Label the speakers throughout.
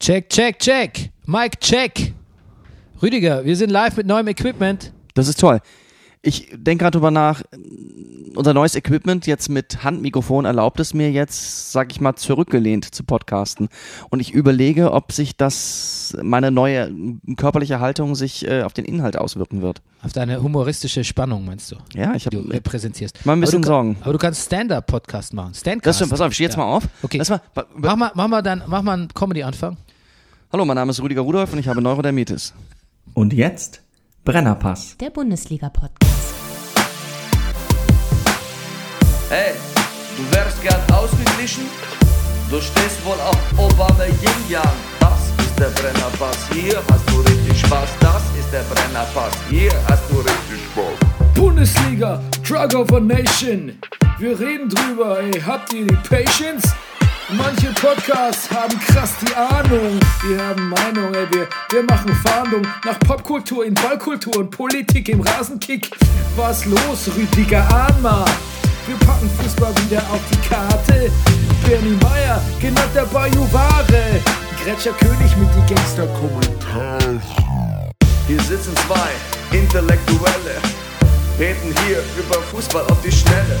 Speaker 1: Check, check, check. Mike, check. Rüdiger, wir sind live mit neuem Equipment.
Speaker 2: Das ist toll. Ich denke gerade drüber nach, unser neues Equipment jetzt mit Handmikrofon erlaubt es mir jetzt, sag ich mal, zurückgelehnt zu podcasten. Und ich überlege, ob sich das, meine neue körperliche Haltung sich äh, auf den Inhalt auswirken wird.
Speaker 1: Auf deine humoristische Spannung, meinst du?
Speaker 2: Ja, ich hab-
Speaker 1: Du äh, repräsentierst.
Speaker 2: Mal ein bisschen
Speaker 1: aber du,
Speaker 2: Sorgen.
Speaker 1: Aber du kannst Stand-Up-Podcast machen. Stand
Speaker 2: Das stimmt, pass auf, ich stehe jetzt mal auf.
Speaker 1: Okay.
Speaker 2: Lass mal, ba- ba-
Speaker 1: Mach mal, mach mal, dann, mach mal einen Comedy-Anfang.
Speaker 2: Hallo, mein Name ist Rüdiger Rudolf und ich habe Neurodermitis.
Speaker 3: Und jetzt Brennerpass.
Speaker 4: Der Bundesliga-Podcast.
Speaker 5: Hey, du wärst gern ausgeglichen? Du stehst wohl auf Obama Yin Yang. Das ist der Brennerpass. Hier hast du richtig Spaß. Das ist der Brennerpass. Hier hast du richtig Spaß.
Speaker 6: Bundesliga, Drug of a Nation. Wir reden drüber, ey, habt ihr die Patience? Manche Podcasts haben krass die Ahnung. Wir haben Meinung, ey, wir, wir machen Fahndung nach Popkultur in Ballkultur und Politik im Rasenkick. Was los, Rüdiger Ahnma? Wir packen Fußball wieder auf die Karte. Bernie Meyer, genannt der Bajuware. Gretscher König mit die Gangster kommen.
Speaker 5: Hier sitzen zwei Intellektuelle. Reden hier über Fußball auf die Schnelle.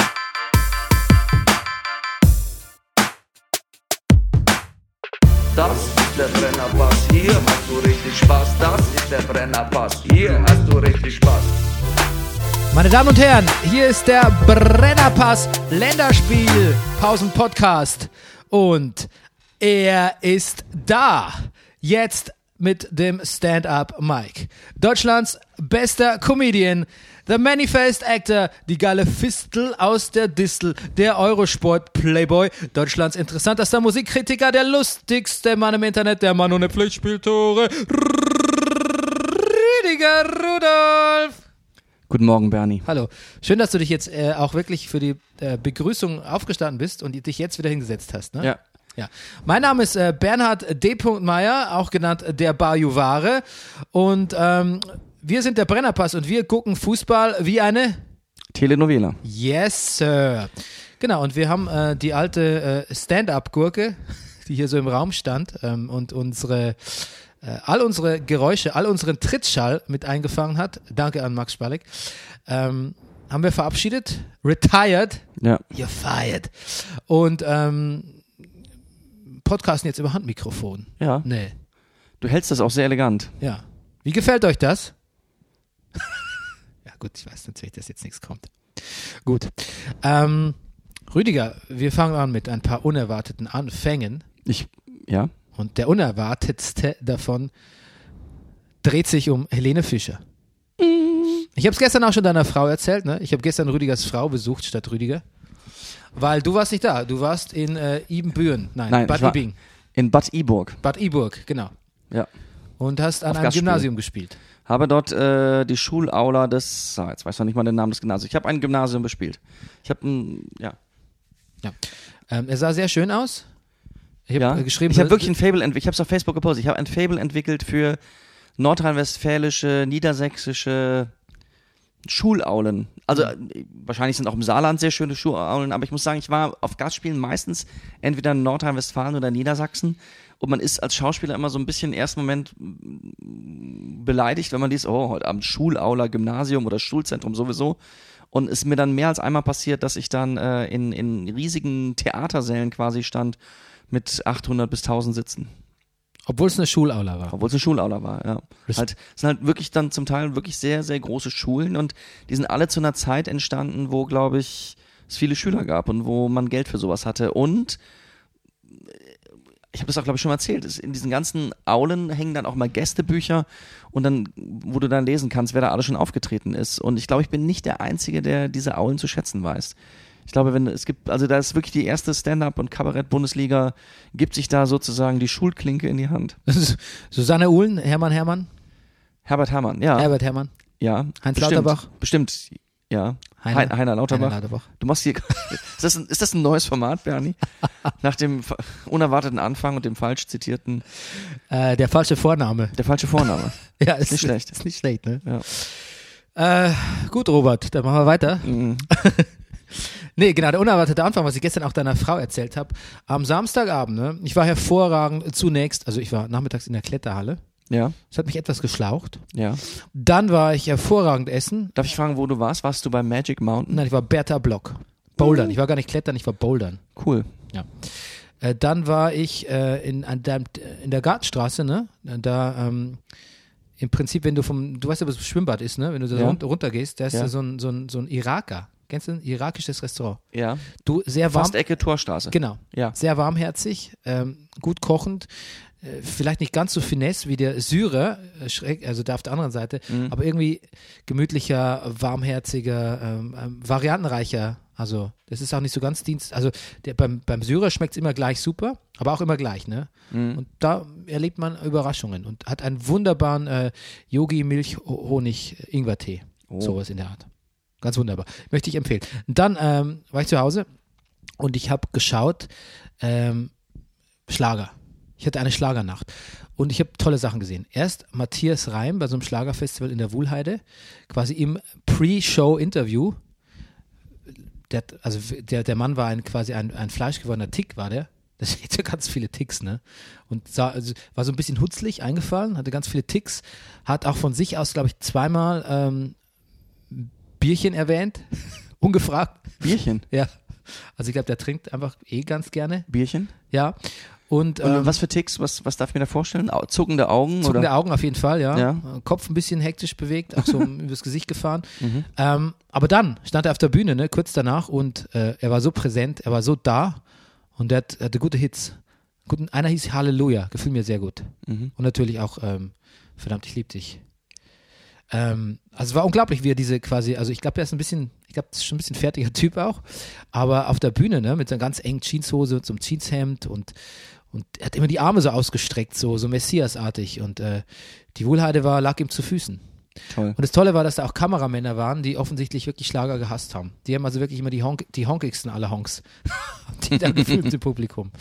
Speaker 5: Das ist der Brennerpass, hier hast du richtig Spaß. Das ist der Brennerpass, hier hast du richtig Spaß.
Speaker 1: Meine Damen und Herren, hier ist der Brennerpass Länderspiel Pausen Podcast und er ist da. Jetzt mit dem Stand-up Mike. Deutschlands bester Comedian, der Manifest Actor, die geile Fistel aus der Distel, der Eurosport Playboy, Deutschlands interessantester Musikkritiker, der lustigste Mann im Internet, der Mann ohne Pflichtspieltore, Rüdiger Rudolf.
Speaker 2: Guten Morgen, Bernie.
Speaker 1: Hallo. Schön, dass du dich jetzt äh, auch wirklich für die äh, Begrüßung aufgestanden bist und dich jetzt wieder hingesetzt hast. Ne?
Speaker 2: Ja.
Speaker 1: Ja. Mein Name ist äh, Bernhard D. Meyer, auch genannt der Bajuware. Und ähm, wir sind der Brennerpass und wir gucken Fußball wie eine
Speaker 2: Telenovela.
Speaker 1: Yes, Sir. Genau, und wir haben äh, die alte äh, Stand-up-Gurke, die hier so im Raum stand ähm, und unsere äh, all unsere Geräusche, all unseren Trittschall mit eingefangen hat. Danke an Max Spalek. Ähm, haben wir verabschiedet. Retired.
Speaker 2: Ja.
Speaker 1: You're fired. Und ähm, podcasten jetzt über Handmikrofon.
Speaker 2: Ja.
Speaker 1: Nee.
Speaker 2: Du hältst das auch sehr elegant.
Speaker 1: Ja. Wie gefällt euch das? ja, gut, ich weiß natürlich, dass jetzt nichts kommt. Gut. Ähm, Rüdiger, wir fangen an mit ein paar unerwarteten Anfängen.
Speaker 2: Ich, ja.
Speaker 1: Und der unerwartetste davon dreht sich um Helene Fischer. Ich habe es gestern auch schon deiner Frau erzählt. Ne? Ich habe gestern Rüdigers Frau besucht statt Rüdiger. Weil du warst nicht da. Du warst in äh, Ibbenbüren. Nein,
Speaker 2: Nein,
Speaker 1: Bad
Speaker 2: ich war-
Speaker 1: Ibing.
Speaker 2: In Bad Iburg.
Speaker 1: Bad Iburg, genau.
Speaker 2: Ja.
Speaker 1: Und hast an
Speaker 2: Auf
Speaker 1: einem
Speaker 2: Gastspiel.
Speaker 1: Gymnasium gespielt.
Speaker 2: Habe dort äh, die Schulaula des, ah, jetzt weiß noch nicht mal den Namen des Gymnasiums. Ich habe ein Gymnasium bespielt. Ich habe ein, ja.
Speaker 1: Ja. Ähm, er sah sehr schön aus. Ich habe
Speaker 2: ja.
Speaker 1: äh, geschrieben,
Speaker 2: ich habe
Speaker 1: äh,
Speaker 2: wirklich ein Fable entwickelt. Ich habe es auf Facebook gepostet. Ich habe ein Fable entwickelt für nordrhein-westfälische, niedersächsische Schulaulen. Also
Speaker 1: Mhm.
Speaker 2: äh, wahrscheinlich sind auch im Saarland sehr schöne Schulaulen, aber ich muss sagen, ich war auf Gastspielen meistens entweder in Nordrhein-Westfalen oder Niedersachsen. Und man ist als Schauspieler immer so ein bisschen im ersten Moment mm, beleidigt, wenn man liest, oh, heute Abend Schulaula, Gymnasium oder Schulzentrum sowieso. Und es ist mir dann mehr als einmal passiert, dass ich dann äh, in, in riesigen Theatersälen quasi stand mit 800 bis 1000 Sitzen.
Speaker 1: obwohl es eine Schulaula war.
Speaker 2: Obwohl es eine Schulaula war, ja. Halt, es sind halt wirklich dann zum Teil wirklich sehr, sehr große Schulen und die sind alle zu einer Zeit entstanden, wo, glaube ich, es viele Schüler gab und wo man Geld für sowas hatte. Und äh, ich habe das auch, glaube ich, schon mal erzählt. es- In diesen ganzen Aulen hängen dann auch mal Gästebücher und dann, wo du dann lesen kannst, wer da alles schon aufgetreten ist. Und ich glaube, ich bin nicht der Einzige, der diese Aulen zu schätzen weiß. Ich glaube, wenn es gibt, also da ist wirklich die erste Stand-up und Kabarett-Bundesliga, gibt sich da sozusagen die Schulklinke in die Hand.
Speaker 1: Susanne Uhlen, Hermann Hermann,
Speaker 2: Herbert Hermann, ja.
Speaker 1: Herbert Hermann,
Speaker 2: ja
Speaker 1: Heinz
Speaker 2: bestimmt,
Speaker 1: Lauterbach.
Speaker 2: Bestimmt, ja.
Speaker 1: Heiner,
Speaker 2: Heiner, Heiner Lauterbach.
Speaker 1: Heiner Lauterbach.
Speaker 2: Du machst hier. Ist das ein, ist das ein neues Format, Bernie? Nach dem fa- unerwarteten Anfang und dem falsch zitierten.
Speaker 1: Äh, der falsche Vorname.
Speaker 2: Der falsche Vorname.
Speaker 1: Ja, ist
Speaker 2: Nicht schlecht.
Speaker 1: Ist nicht schlecht, ne? Äh, gut, Robert, dann machen wir weiter.
Speaker 2: Mhm.
Speaker 1: Nee, genau, der unerwartete Anfang, was ich gestern auch deiner Frau erzählt habe. Am Samstagabend, ne? Ich war hervorragend zunächst, also ich war nachmittags in der Kletterhalle.
Speaker 2: Ja,
Speaker 1: Das hat mich etwas geschlaucht.
Speaker 2: ja.
Speaker 1: Dann war ich hervorragend essen.
Speaker 2: Darf ich fragen, wo du warst? Warst du bei Magic Mountain?
Speaker 1: Nein, ich war Bertha Block. Bouldern.
Speaker 2: Uh.
Speaker 1: Ich war gar nicht klettern, ich war bouldern.
Speaker 2: Cool.
Speaker 1: Äh, dann war ich äh, in, an deinem, in der Gartenstraße, ne? Da, ähm, im Prinzip, wenn du vom, du weißt ja, was das Schwimmbad ist, ne? Wenn du da
Speaker 2: Ja.
Speaker 1: runter, runtergehst, da ist
Speaker 2: Ja.
Speaker 1: ja. so ein, so ein, so ein Iraker. Kennst du ein irakisches Restaurant?
Speaker 2: Ja.
Speaker 1: Du, sehr warm.
Speaker 2: Fast Ecke Torstraße.
Speaker 1: Genau.
Speaker 2: Ja.
Speaker 1: Sehr warmherzig, ähm, gut kochend, äh, vielleicht nicht ganz so finesse wie der Syrer, äh, schräg, also da auf der anderen Seite, aber irgendwie gemütlicher, warmherziger, ähm, ähm, variantenreicher. Also das ist auch nicht so ganz Dienst. Also der, beim, beim Syrer schmeckt es immer gleich super, aber auch immer gleich, ne? Und da erlebt man Überraschungen und hat einen wunderbaren äh, Yogi-Milch-Honig-Ingwer-Tee. Sowas in der Art. Ganz wunderbar. Möchte ich empfehlen. Und dann ähm, war ich zu Hause und ich habe geschaut, ähm, Schlager. Ich hatte eine Schlagernacht. Und ich habe tolle Sachen gesehen. Erst Matthias Reim bei so einem Schlagerfestival in der Wuhlheide, quasi im Pre-Show-Interview. Der, hat- also der, der Mann war ein, quasi ein, ein fleischgewordener Tick, war der. Das steht ja ganz viele Ticks, ne? Und sah, also, war so ein bisschen hutzlig eingefallen, hatte ganz viele Ticks, hat auch von sich aus, glaube ich, zweimal ähm, Bierchen erwähnt, ungefragt.
Speaker 2: Bierchen.
Speaker 1: Ja. Also ich glaube, der trinkt einfach eh ganz gerne.
Speaker 2: Bierchen?
Speaker 1: Ja. Und,
Speaker 2: Und
Speaker 1: ähm,
Speaker 2: was für Ticks? Was, was darf ich mir da vorstellen? Au zuckende Augen?
Speaker 1: zuckende
Speaker 2: oder?
Speaker 1: Augen auf jeden Fall, ja.
Speaker 2: Ja.
Speaker 1: Kopf ein bisschen hektisch bewegt, auch so übers Gesicht gefahren.
Speaker 2: Mhm.
Speaker 1: Ähm, aber dann stand er auf der Bühne, ne, kurz danach, und äh, er war so präsent, er war so da und er hat, hatte gute Hits. Guten, einer hieß Halleluja, gefiel mir sehr gut.
Speaker 2: Mhm.
Speaker 1: Und natürlich auch ähm, Verdammt, ich lieb dich. Ähm, also es war unglaublich, wie er diese quasi, also ich glaube, er ist ein bisschen, ich glaube, das ist schon ein bisschen fertiger Typ auch, aber auf der Bühne, ne, mit so einer ganz engen Jeanshose und so einem Jeanshemd und und er hat immer die Arme so ausgestreckt, so, so Messias-artig. Und äh, die Wohlheide war, lag ihm zu Füßen.
Speaker 2: Toll.
Speaker 1: Und das Tolle war, dass da auch Kameramänner waren, die offensichtlich wirklich Schlager gehasst haben. Die haben also wirklich immer die, Honk, die honkigsten aller Honks. die da gefühlt im Publikum.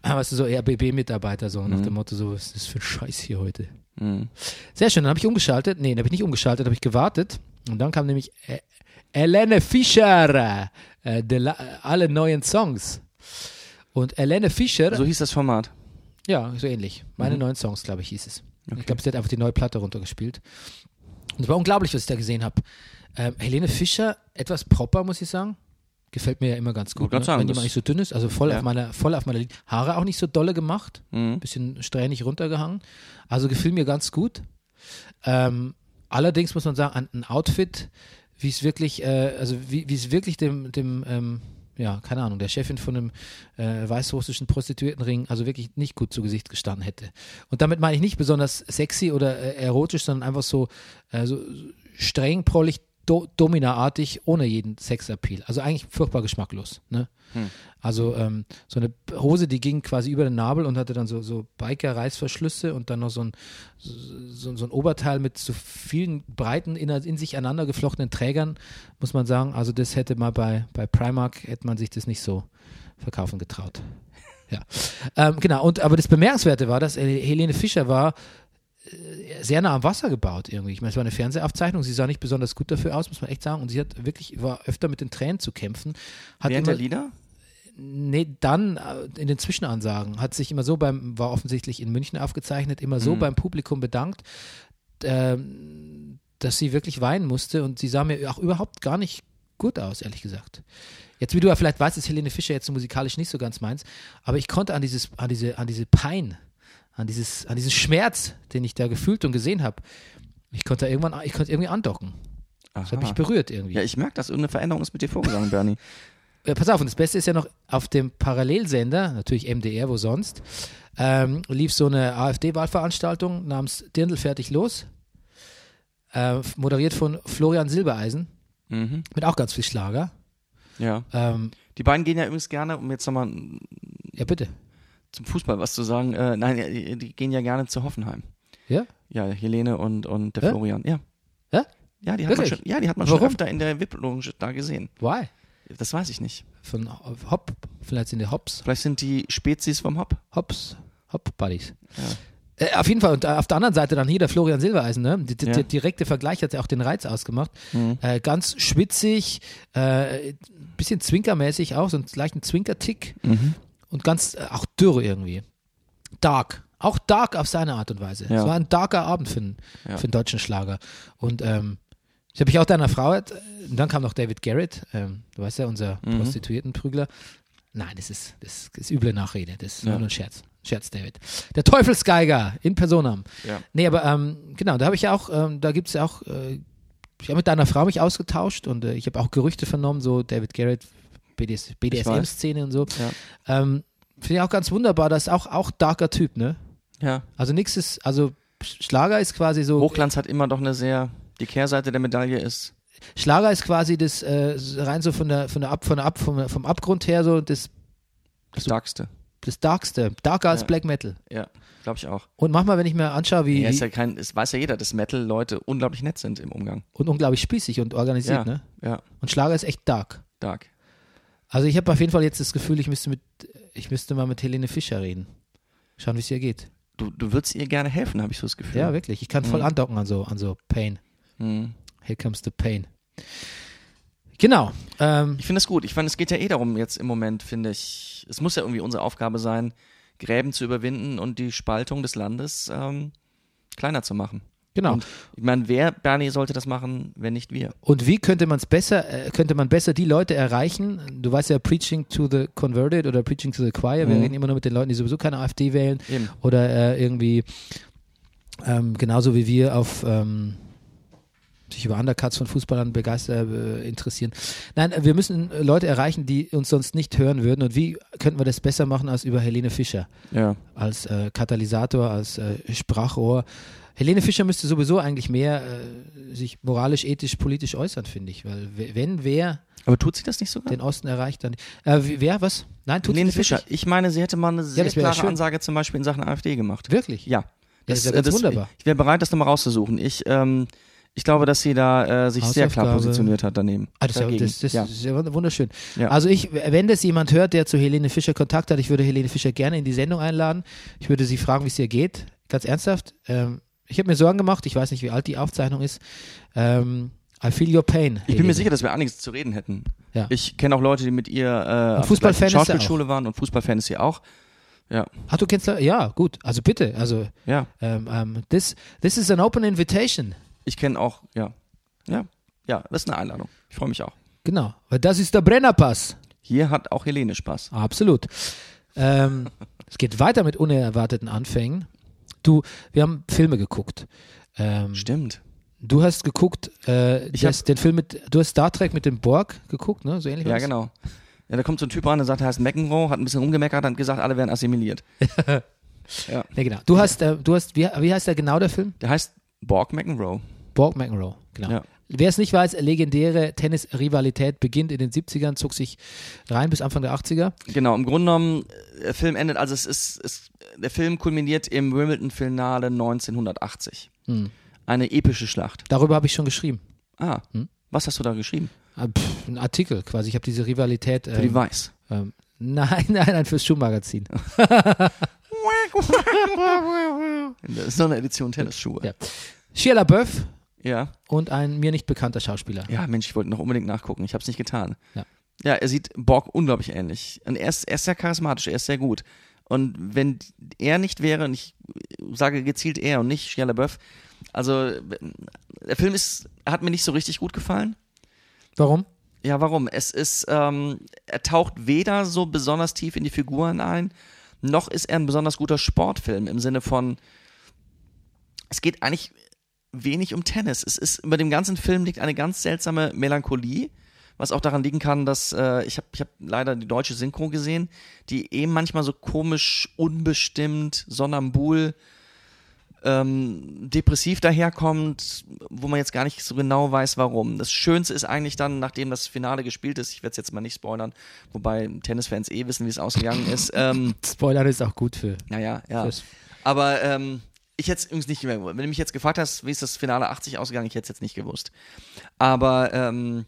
Speaker 1: Ah, weißt du, so RBB-Mitarbeiter, so nach dem Motto, so, was ist das für ein Scheiß hier heute? Sehr schön, dann habe ich umgeschaltet. Nee, dann habe ich nicht umgeschaltet, habe ich gewartet. Und dann kam nämlich äh, Helene Fischer, äh, de la, alle neuen Songs. Und Helene Fischer.
Speaker 2: So hieß das Format.
Speaker 1: Ja, so ähnlich. Meine
Speaker 2: Mhm.
Speaker 1: neuen Songs, glaube ich, hieß es. Ich glaube, sie hat einfach die neue Platte runtergespielt. Und es war unglaublich, was ich da gesehen habe. Ähm, Helene Fischer, etwas proper, muss ich sagen. Gefällt mir ja immer ganz gut.
Speaker 2: Wollte grad
Speaker 1: Ne?
Speaker 2: sagen,
Speaker 1: Wenn die
Speaker 2: das-
Speaker 1: mal nicht so dünn ist, also voll
Speaker 2: Ja. Mhm.
Speaker 1: auf meiner, voll auf meiner Linie. Haare auch nicht so dolle gemacht, bisschen strähnig runtergehangen. Also gefiel mir ganz gut. Ähm, allerdings muss man sagen, ein- ein Outfit, wie es wirklich, äh, also wie wie es wirklich dem, dem ähm, ja, keine Ahnung, der Chefin von einem äh, weißrussischen Prostituiertenring also wirklich nicht gut zu Gesicht gestanden hätte. Und damit meine ich nicht besonders sexy oder äh, erotisch, sondern einfach so, äh, so streng, prollig, do, dominaartig, ohne jeden Sexappeal. Also eigentlich furchtbar geschmacklos. Ne? Also ähm, so eine Hose, die ging quasi über den Nabel und hatte dann so, so Biker-Reißverschlüsse und dann noch so ein, so, so ein Oberteil mit so vielen breiten, in, in sich aneinander geflochtenen Trägern, muss man sagen. Also das hätte mal bei, bei Primark, hätte man sich das nicht so verkaufen getraut. Ja, ähm, genau. Und aber das Bemerkenswerte war, dass Hel- Helene Fischer war äh, sehr nah am Wasser gebaut irgendwie. Ich meine, es war eine Fernsehaufzeichnung. Sie sah nicht besonders gut dafür aus, muss man echt sagen. Und sie hat wirklich war öfter mit den Tränen zu kämpfen. Hat
Speaker 2: Während
Speaker 1: immer-
Speaker 2: der Lieder?
Speaker 1: Nee, dann äh, in den Zwischenansagen hat sich immer so beim, war offensichtlich in München aufgezeichnet, immer so beim Publikum bedankt, ähm, dass sie wirklich weinen musste und sie sah mir auch überhaupt gar nicht gut aus, ehrlich gesagt. Jetzt, wie du ja vielleicht weißt, ist Helene Fischer jetzt so musikalisch nicht so ganz meins, aber ich konnte an dieses, an diese, an diese Pein, an dieses, an diesen Schmerz, den ich da gefühlt und gesehen habe, ich konnte da irgendwann, ich konnte irgendwie andocken. Das hat
Speaker 2: Aha.
Speaker 1: mich berührt irgendwie.
Speaker 2: Ja, ich merke, dass irgendeine Veränderung ist mit dir vorgegangen,
Speaker 1: Ja,
Speaker 2: Bernie.
Speaker 1: Äh, pass auf, und das Beste ist ja noch, auf dem Parallelsender, natürlich MDR, wo sonst, ähm, lief so eine AfD-Wahlveranstaltung namens Dirndl fertig los, äh, moderiert von Florian Silbereisen,
Speaker 2: Mhm.
Speaker 1: mit auch ganz viel Schlager.
Speaker 2: Ja.
Speaker 1: Ähm,
Speaker 2: Die beiden gehen ja übrigens gerne, um jetzt nochmal
Speaker 1: ja, bitte.
Speaker 2: zum Fußball was zu sagen, äh, nein, die- die gehen ja gerne zu Hoffenheim.
Speaker 1: Ja?
Speaker 2: Ja, Helene und, und der
Speaker 1: Ja?
Speaker 2: Florian. Ja.
Speaker 1: Ja?
Speaker 2: Ja, die hat man
Speaker 1: Wirklich?
Speaker 2: schon, ja, die hat man schon
Speaker 1: Warum?
Speaker 2: öfter in der VIP-Lounge da gesehen.
Speaker 1: Why?
Speaker 2: Das weiß ich nicht.
Speaker 1: Von äh, Hop, vielleicht sind die Hops,
Speaker 2: Vielleicht sind die Spezies vom Hop.
Speaker 1: Hops, Hop-Buddies. Äh, auf jeden Fall, und äh, auf der anderen Seite dann hier der Florian Silbereisen, ne? Die, die,
Speaker 2: Ja. Mhm.
Speaker 1: Der direkte Vergleich hat ja auch den Reiz ausgemacht. Äh, ganz schwitzig, äh, bisschen zwinkermäßig auch, so einen leichten Zwinkertick
Speaker 2: Mhm.
Speaker 1: und ganz äh, auch dürr irgendwie. Dark. Auch dark auf seine Art und Weise.
Speaker 2: Ja.
Speaker 1: Es war ein darker Abend für den,
Speaker 2: Ja.
Speaker 1: für den deutschen Schlager. Und ähm, das habe ich auch deiner Frau, äh, und dann kam noch David Garrett, ähm, du weißt ja, unser
Speaker 2: Mhm.
Speaker 1: Prostituiertenprügler. Nein, das ist, das ist üble Nachrede. Das ist
Speaker 2: Ja.
Speaker 1: nur ein Scherz. Scherz, David. Der Teufelsgeiger in Personam.
Speaker 2: Ja.
Speaker 1: Nee, aber ähm, genau, da habe ich ja auch, ähm, da gibt es ja auch, äh, ich habe mit deiner Frau mich ausgetauscht und äh, ich habe auch Gerüchte vernommen, so David Garrett, BDS, BDSM-Szene und so. Ähm, Finde ich auch ganz wunderbar, das ist auch, auch darker Typ, ne?
Speaker 2: Ja.
Speaker 1: Also nichts ist, also Schlager ist quasi so,
Speaker 2: Hochglanz hat immer doch eine sehr, die Kehrseite der Medaille ist,
Speaker 1: Schlager ist quasi das, äh, rein so von der, von der Ab, von der Ab, vom, vom Abgrund her so das,
Speaker 2: das Starkste.
Speaker 1: das Darkste, darker als
Speaker 2: Ja.
Speaker 1: Black Metal.
Speaker 2: Ja, glaube ich auch.
Speaker 1: Und manchmal, wenn ich mir anschaue, wie,
Speaker 2: Ja, ist
Speaker 1: wie
Speaker 2: ja kein, es weiß ja jeder, dass Metal-Leute unglaublich nett sind im Umgang.
Speaker 1: und unglaublich spießig und
Speaker 2: Ja,
Speaker 1: organisiert, ne?
Speaker 2: ja,
Speaker 1: Und Schlager ist echt dark.
Speaker 2: dark.
Speaker 1: Also ich habe auf jeden Fall jetzt das Gefühl, ich müsste mit, ich müsste mal mit Helene Fischer reden. Schauen, wie es ihr geht.
Speaker 2: Du, du würdest ihr gerne helfen, habe ich so das Gefühl.
Speaker 1: Ja, wirklich. Ich kann voll andocken an so, an so Pain.
Speaker 2: Mhm.
Speaker 1: Here comes the pain. Genau. Ähm,
Speaker 2: Ich finde das gut. Ich meine, es geht ja eh darum jetzt im Moment, finde ich. Es muss ja irgendwie unsere Aufgabe sein, Gräben zu überwinden und die Spaltung des Landes ähm, kleiner zu machen.
Speaker 1: genau.
Speaker 2: Und ich meine, wer, Bernie, sollte das machen, wenn nicht wir?
Speaker 1: Und wie könnte man es besser, äh, könnte man besser die Leute erreichen? Du weißt ja, Preaching to the Converted oder Preaching to the Choir. Wir
Speaker 2: Mhm.
Speaker 1: reden immer nur mit den Leuten, die sowieso keine AfD wählen
Speaker 2: Eben.
Speaker 1: oder äh, irgendwie ähm, genauso wie wir auf ähm, sich über Undercuts von Fußballern begeistert äh, interessieren. Nein, wir müssen äh, Leute erreichen, die uns sonst nicht hören würden. Und wie könnten wir das besser machen als über Helene Fischer?
Speaker 2: Ja.
Speaker 1: als äh, Katalysator, als äh, Sprachrohr. Helene Fischer müsste sowieso eigentlich mehr äh, sich moralisch, ethisch, politisch äußern, finde ich. Weil we- wenn wer
Speaker 2: Aber tut sie das nicht sogar?
Speaker 1: den Osten erreicht, dann. Äh, wie- wer was? Nein, tut sie
Speaker 2: Helene
Speaker 1: das
Speaker 2: Fischer,
Speaker 1: wirklich?
Speaker 2: ich meine, sie hätte mal eine sehr
Speaker 1: das wäre ja
Speaker 2: klare
Speaker 1: schön.
Speaker 2: Ansage zum Beispiel in Sachen AfD gemacht.
Speaker 1: Wirklich?
Speaker 2: Ja.
Speaker 1: ist ja ganz wunderbar.
Speaker 2: Ich wäre bereit, das nochmal rauszusuchen. Ich, ähm, ich glaube, dass sie da äh, sich sehr klar
Speaker 1: Hausaufgabe.
Speaker 2: positioniert hat daneben.
Speaker 1: Ah, das, ist ja-
Speaker 2: Dagegen.
Speaker 1: das, das
Speaker 2: ja.
Speaker 1: ist ja wund- wunderschön.
Speaker 2: Ja.
Speaker 1: Also ich, wenn das jemand hört, der zu Helene Fischer Kontakt hat, ich würde Helene Fischer gerne in die Sendung einladen. Ich würde sie fragen, wie es ihr geht. Ganz ernsthaft. Ähm, ich habe mir Sorgen gemacht. Ich weiß nicht, wie alt die Aufzeichnung ist. Ähm, I feel your pain.
Speaker 2: Ich bin mir
Speaker 1: Helene.
Speaker 2: sicher, dass wir einiges zu reden hätten.
Speaker 1: Ja.
Speaker 2: Ich kenne auch Leute, die mit ihr äh, auf der
Speaker 1: Fußballfan
Speaker 2: gleichen
Speaker 1: ist sie auch.
Speaker 2: Schauspielschule waren und Fußballfan ist sie auch.
Speaker 1: Ach, du kennst ja gut. Also bitte. Also
Speaker 2: Ja,
Speaker 1: Um, um, this, this is an open invitation.
Speaker 2: ich kenne auch, ja. Ja, ja, das ist eine Einladung. Ich freue mich auch.
Speaker 1: Genau, weil das ist der Brennerpass.
Speaker 2: Hier hat auch Helene Spaß.
Speaker 1: Absolut. Ähm, es geht weiter mit unerwarteten Anfängen. Du, wir haben Filme geguckt. Ähm,
Speaker 2: Stimmt.
Speaker 1: du hast geguckt, äh,
Speaker 2: Ich
Speaker 1: das, den Film mit, du hast Star Trek mit dem Borg geguckt, ne? So ähnlich
Speaker 2: Ja,
Speaker 1: war's?
Speaker 2: genau. Ja, da kommt so ein Typ ran, der sagt, er heißt McEnroe, hat ein bisschen rumgemeckert, hat gesagt, alle werden assimiliert. ja.
Speaker 1: Nee, genau. Du hast, äh, du hast, wie, wie heißt der genau der Film?
Speaker 2: Der heißt Borg McEnroe.
Speaker 1: Borg McEnroe, genau.
Speaker 2: Ja.
Speaker 1: Wer es nicht weiß, legendäre Tennis-Rivalität beginnt in den 70ern, zog sich rein bis Anfang der 80er.
Speaker 2: Genau, im Grunde genommen, äh, der Film endet, also es ist, es, der Film kulminiert im Wimbledon-Finale 1980. Eine epische Schlacht.
Speaker 1: Hm. Darüber habe ich schon geschrieben.
Speaker 2: Ah,
Speaker 1: Hm?
Speaker 2: was hast du da geschrieben?
Speaker 1: Ah, pff, Ein Artikel quasi. Ich habe diese Rivalität.
Speaker 2: Für die
Speaker 1: ähm,
Speaker 2: Weiß.
Speaker 1: Ähm, nein, nein, nein, fürs Schuhmagazin.
Speaker 2: Das ist so eine Edition Tennisschuhe.
Speaker 1: Ja. Shia LaBeouf
Speaker 2: ja.
Speaker 1: und ein mir nicht bekannter Schauspieler.
Speaker 2: Ja, Mensch, ich wollte noch unbedingt nachgucken. Ich habe es nicht getan.
Speaker 1: Ja.
Speaker 2: ja, er sieht Borg unglaublich ähnlich. Und er ist, er ist sehr charismatisch, er ist sehr gut. Und wenn er nicht wäre, und ich sage gezielt er und nicht Shia LaBeouf, also der Film ist, hat mir nicht so richtig gut gefallen.
Speaker 1: Warum?
Speaker 2: Ja, warum? Es ist, ähm, er taucht weder so besonders tief in die Figuren ein, noch ist er ein besonders guter Sportfilm im Sinne von, es geht eigentlich wenig um Tennis. Es ist, über dem ganzen Film liegt eine ganz seltsame Melancholie, was auch daran liegen kann, dass, äh, ich habe ich hab leider die deutsche Synchro gesehen, die eben manchmal so komisch, unbestimmt, sonnambul, ähm, depressiv daherkommt, wo man jetzt gar nicht so genau weiß, warum. Das Schönste ist eigentlich dann, nachdem das Finale gespielt ist, ich werde es jetzt mal nicht spoilern, wobei Tennisfans eh wissen, wie es ausgegangen ist. Ähm,
Speaker 1: Spoiler ist auch gut für.
Speaker 2: naja, ja.
Speaker 1: Fürs-
Speaker 2: Aber ähm, ich hätte es übrigens nicht mehr gewusst. Wenn du mich jetzt gefragt hast, wie ist das Finale 80 ausgegangen, ich hätte es jetzt nicht gewusst. Aber ähm,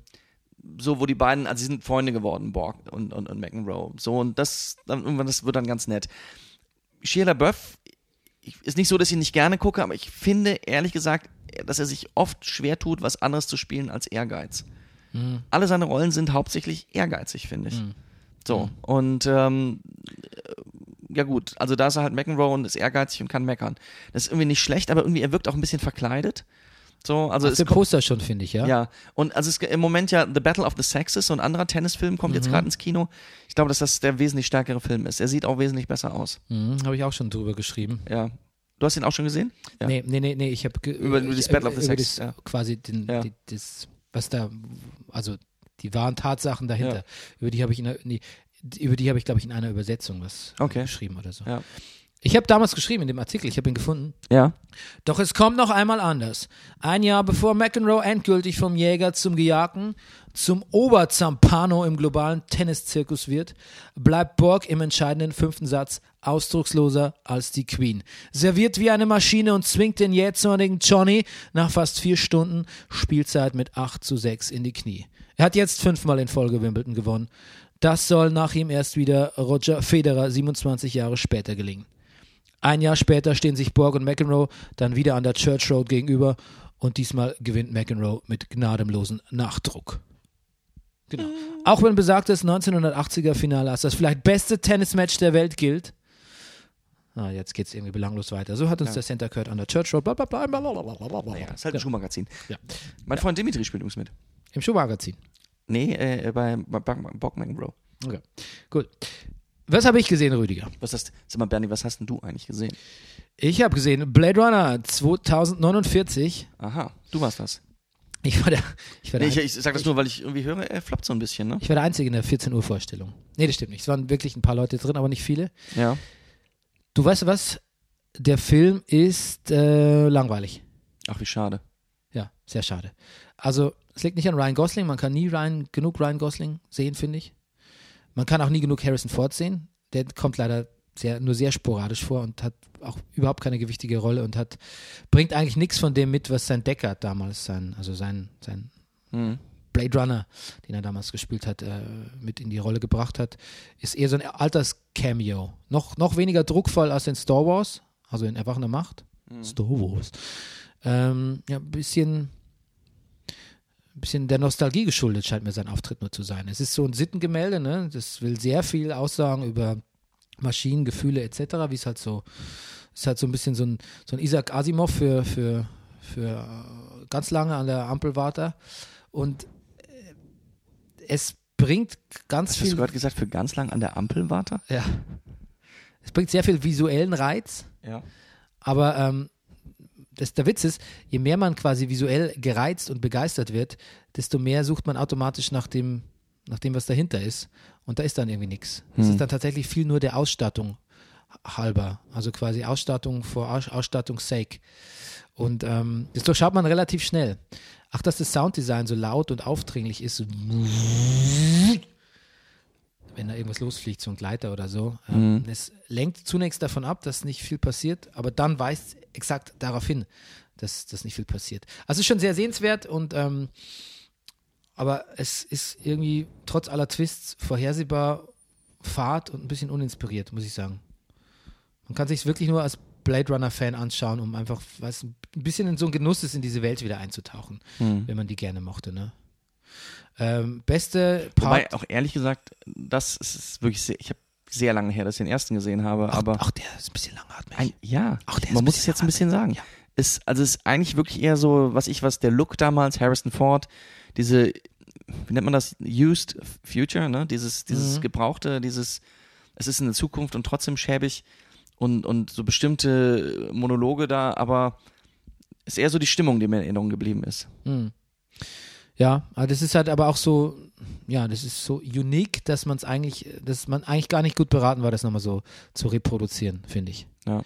Speaker 2: so, wo die beiden, also sie sind Freunde geworden, Borg und, und, und McEnroe. So, und das, dann irgendwann, das wird dann ganz nett. Shia LaBeouf ich, ist nicht so, dass ich ihn nicht gerne gucke, aber ich finde, ehrlich gesagt, dass er sich oft schwer tut, was anderes zu spielen als Ehrgeiz. Alle seine Rollen sind hauptsächlich ehrgeizig, finde ich. So, und ähm, ja gut, also da ist er halt McEnroe und ist ehrgeizig und kann meckern. Das ist irgendwie nicht schlecht, aber irgendwie, er wirkt auch ein bisschen verkleidet. So, also
Speaker 1: Das ist
Speaker 2: es
Speaker 1: ein Poster schon, finde ich, ja?
Speaker 2: ja, und also es, im Moment ja The Battle of the Sexes, so ein anderer Tennisfilm, kommt jetzt gerade ins Kino. Ich glaube, dass das der wesentlich stärkere Film ist. Er sieht auch wesentlich besser aus.
Speaker 1: Mhm, Habe ich auch schon drüber geschrieben.
Speaker 2: Ja. Du hast ihn auch schon gesehen? Ja.
Speaker 1: Nee, nee, nee, nee, ich habe
Speaker 2: Über- über das Battle of the Sexes, ja.
Speaker 1: quasi den,
Speaker 2: Ja.
Speaker 1: die, das, was da, also die wahren Tatsachen dahinter.
Speaker 2: Ja.
Speaker 1: Über die habe ich in einer, nee, über die habe ich, glaube ich, in einer Übersetzung was
Speaker 2: Okay.
Speaker 1: geschrieben oder so.
Speaker 2: Ja.
Speaker 1: Ich habe damals geschrieben in dem Artikel, ich habe ihn gefunden.
Speaker 2: Ja.
Speaker 1: Doch es kommt noch einmal anders. Ein Jahr bevor McEnroe endgültig vom Jäger zum Gejagten, zum Oberzampano im globalen Tenniszirkus wird, bleibt Borg im entscheidenden fünften Satz ausdrucksloser als die Queen. Serviert wie eine Maschine und zwingt den jähzornigen Johnny nach fast vier Stunden Spielzeit mit 8 zu 6 in die Knie. Er hat jetzt fünfmal in Folge Wimbledon gewonnen. Das soll nach ihm erst wieder Roger Federer 27 Jahre später gelingen. Ein Jahr später stehen sich Borg und McEnroe dann wieder an der Church Road gegenüber und diesmal gewinnt McEnroe mit gnadenlosem Nachdruck. Genau.
Speaker 2: Mhm.
Speaker 1: Auch wenn besagtes 1980er Finale als das vielleicht beste Tennismatch der Welt gilt. Ah, jetzt geht's irgendwie belanglos weiter. So hat uns der Center Court an der Church Road. Bla, bla, bla, bla, bla, bla, bla, bla, bla.
Speaker 2: Ja, ist halt ein Schuhmagazin.
Speaker 1: Ja.
Speaker 2: Mein Freund Dimitri spielt übrigens mit.
Speaker 1: Im Schuhmagazin.
Speaker 2: Nee, äh, bei bei Bock- Bock McEnroe.
Speaker 1: Okay. Gut. Was habe ich gesehen, Rüdiger?
Speaker 2: Was hast, sag mal, Bernie, was hast denn du eigentlich gesehen?
Speaker 1: Ich habe gesehen Blade Runner 2049.
Speaker 2: Aha, du warst das.
Speaker 1: Ich war der, ich war
Speaker 2: Nee,
Speaker 1: der
Speaker 2: ich, ich sag das nur, weil ich irgendwie höre, er floppt so ein bisschen, ne?
Speaker 1: Ich war der Einzige in der 14 Uhr Vorstellung. Nee, das stimmt nicht. Es waren wirklich ein paar Leute drin, aber nicht viele.
Speaker 2: Ja.
Speaker 1: Du weißt was? Der Film ist äh, langweilig.
Speaker 2: Ach, wie schade.
Speaker 1: Ja, sehr schade. Also, es liegt nicht an Ryan Gosling. Man kann nie Ryan, genug Ryan Gosling sehen, finde ich. Man kann auch nie genug Harrison Ford sehen. Der kommt leider sehr, nur sehr sporadisch vor und hat auch überhaupt keine gewichtige Rolle und hat, bringt eigentlich nichts von dem mit, was sein Deckard damals, sein, also sein, sein
Speaker 2: Hm.
Speaker 1: Blade Runner, den er damals gespielt hat, äh, mit in die Rolle gebracht hat, ist eher so ein Alters-Cameo. Noch, noch weniger druckvoll als in Star Wars, also in Erwachende Macht.
Speaker 2: Hm.
Speaker 1: Star Wars. Ähm, ja, ein bisschen, ein bisschen der Nostalgie geschuldet scheint mir sein Auftritt nur zu sein. Es ist so ein Sittengemälde, ne? das will sehr viel aussagen über Maschinen, Gefühle etc., wie es halt so, ist halt so ein bisschen so ein, so ein Isaac Asimov für, für, für äh, ganz lange an der Ampel war da. Und äh, es bringt ganz
Speaker 2: Hast
Speaker 1: viel.
Speaker 2: du gerade gesagt, für ganz lang an der Ampel warte?
Speaker 1: Ja. Es bringt sehr viel visuellen Reiz,
Speaker 2: Ja.
Speaker 1: aber ähm, das, der Witz ist, je mehr man quasi visuell gereizt und begeistert wird, desto mehr sucht man automatisch nach dem, nach dem was dahinter ist. Und da ist dann irgendwie nichts. Es ist dann tatsächlich viel nur der Ausstattung halber. Also quasi Ausstattung vor Aus Ausstattungs sake. Und ähm, das durchschaut man relativ schnell. Ach, dass das Sounddesign so laut und aufdringlich ist. So wenn da irgendwas losfliegt, so ein Gleiter oder so. Ähm, Das lenkt zunächst davon ab, dass nicht viel passiert, aber dann weist exakt darauf hin, dass, dass nicht viel passiert. Also es ist schon sehr sehenswert und ähm, aber es ist irgendwie trotz aller Twists vorhersehbar, fad und ein bisschen uninspiriert, muss ich sagen. Man kann sich wirklich nur als Blade Runner-Fan anschauen, um einfach, weiß, ein bisschen in so einen Genuss ist, in diese Welt wieder einzutauchen, wenn man die gerne mochte. Ne? Ähm, beste
Speaker 2: Wobei,
Speaker 1: Part.
Speaker 2: auch ehrlich gesagt, das ist wirklich sehr, ich habe sehr lange her, dass ich den ersten gesehen habe, aber.
Speaker 1: Ach, der ist ein bisschen langatmig.
Speaker 2: Ein, ja,
Speaker 1: Ach, der ist
Speaker 2: man
Speaker 1: ein
Speaker 2: muss
Speaker 1: bisschen
Speaker 2: es jetzt ein bisschen sagen.
Speaker 1: Ja.
Speaker 2: Ist, also es ist eigentlich wirklich eher so, was ich, was der Look damals, Harrison Ford, diese, wie nennt man das, used future, ne? Dieses,
Speaker 1: Mhm.
Speaker 2: dieses Gebrauchte, dieses, es ist in der Zukunft und trotzdem schäbig und, und so bestimmte Monologe da, aber ist eher so die Stimmung, die mir in Erinnerung geblieben ist.
Speaker 1: hm. Ja, aber das ist halt aber auch so, ja, das ist so unique, dass man es eigentlich, dass man eigentlich gar nicht gut beraten war, das nochmal so zu reproduzieren, finde ich.
Speaker 2: Ja.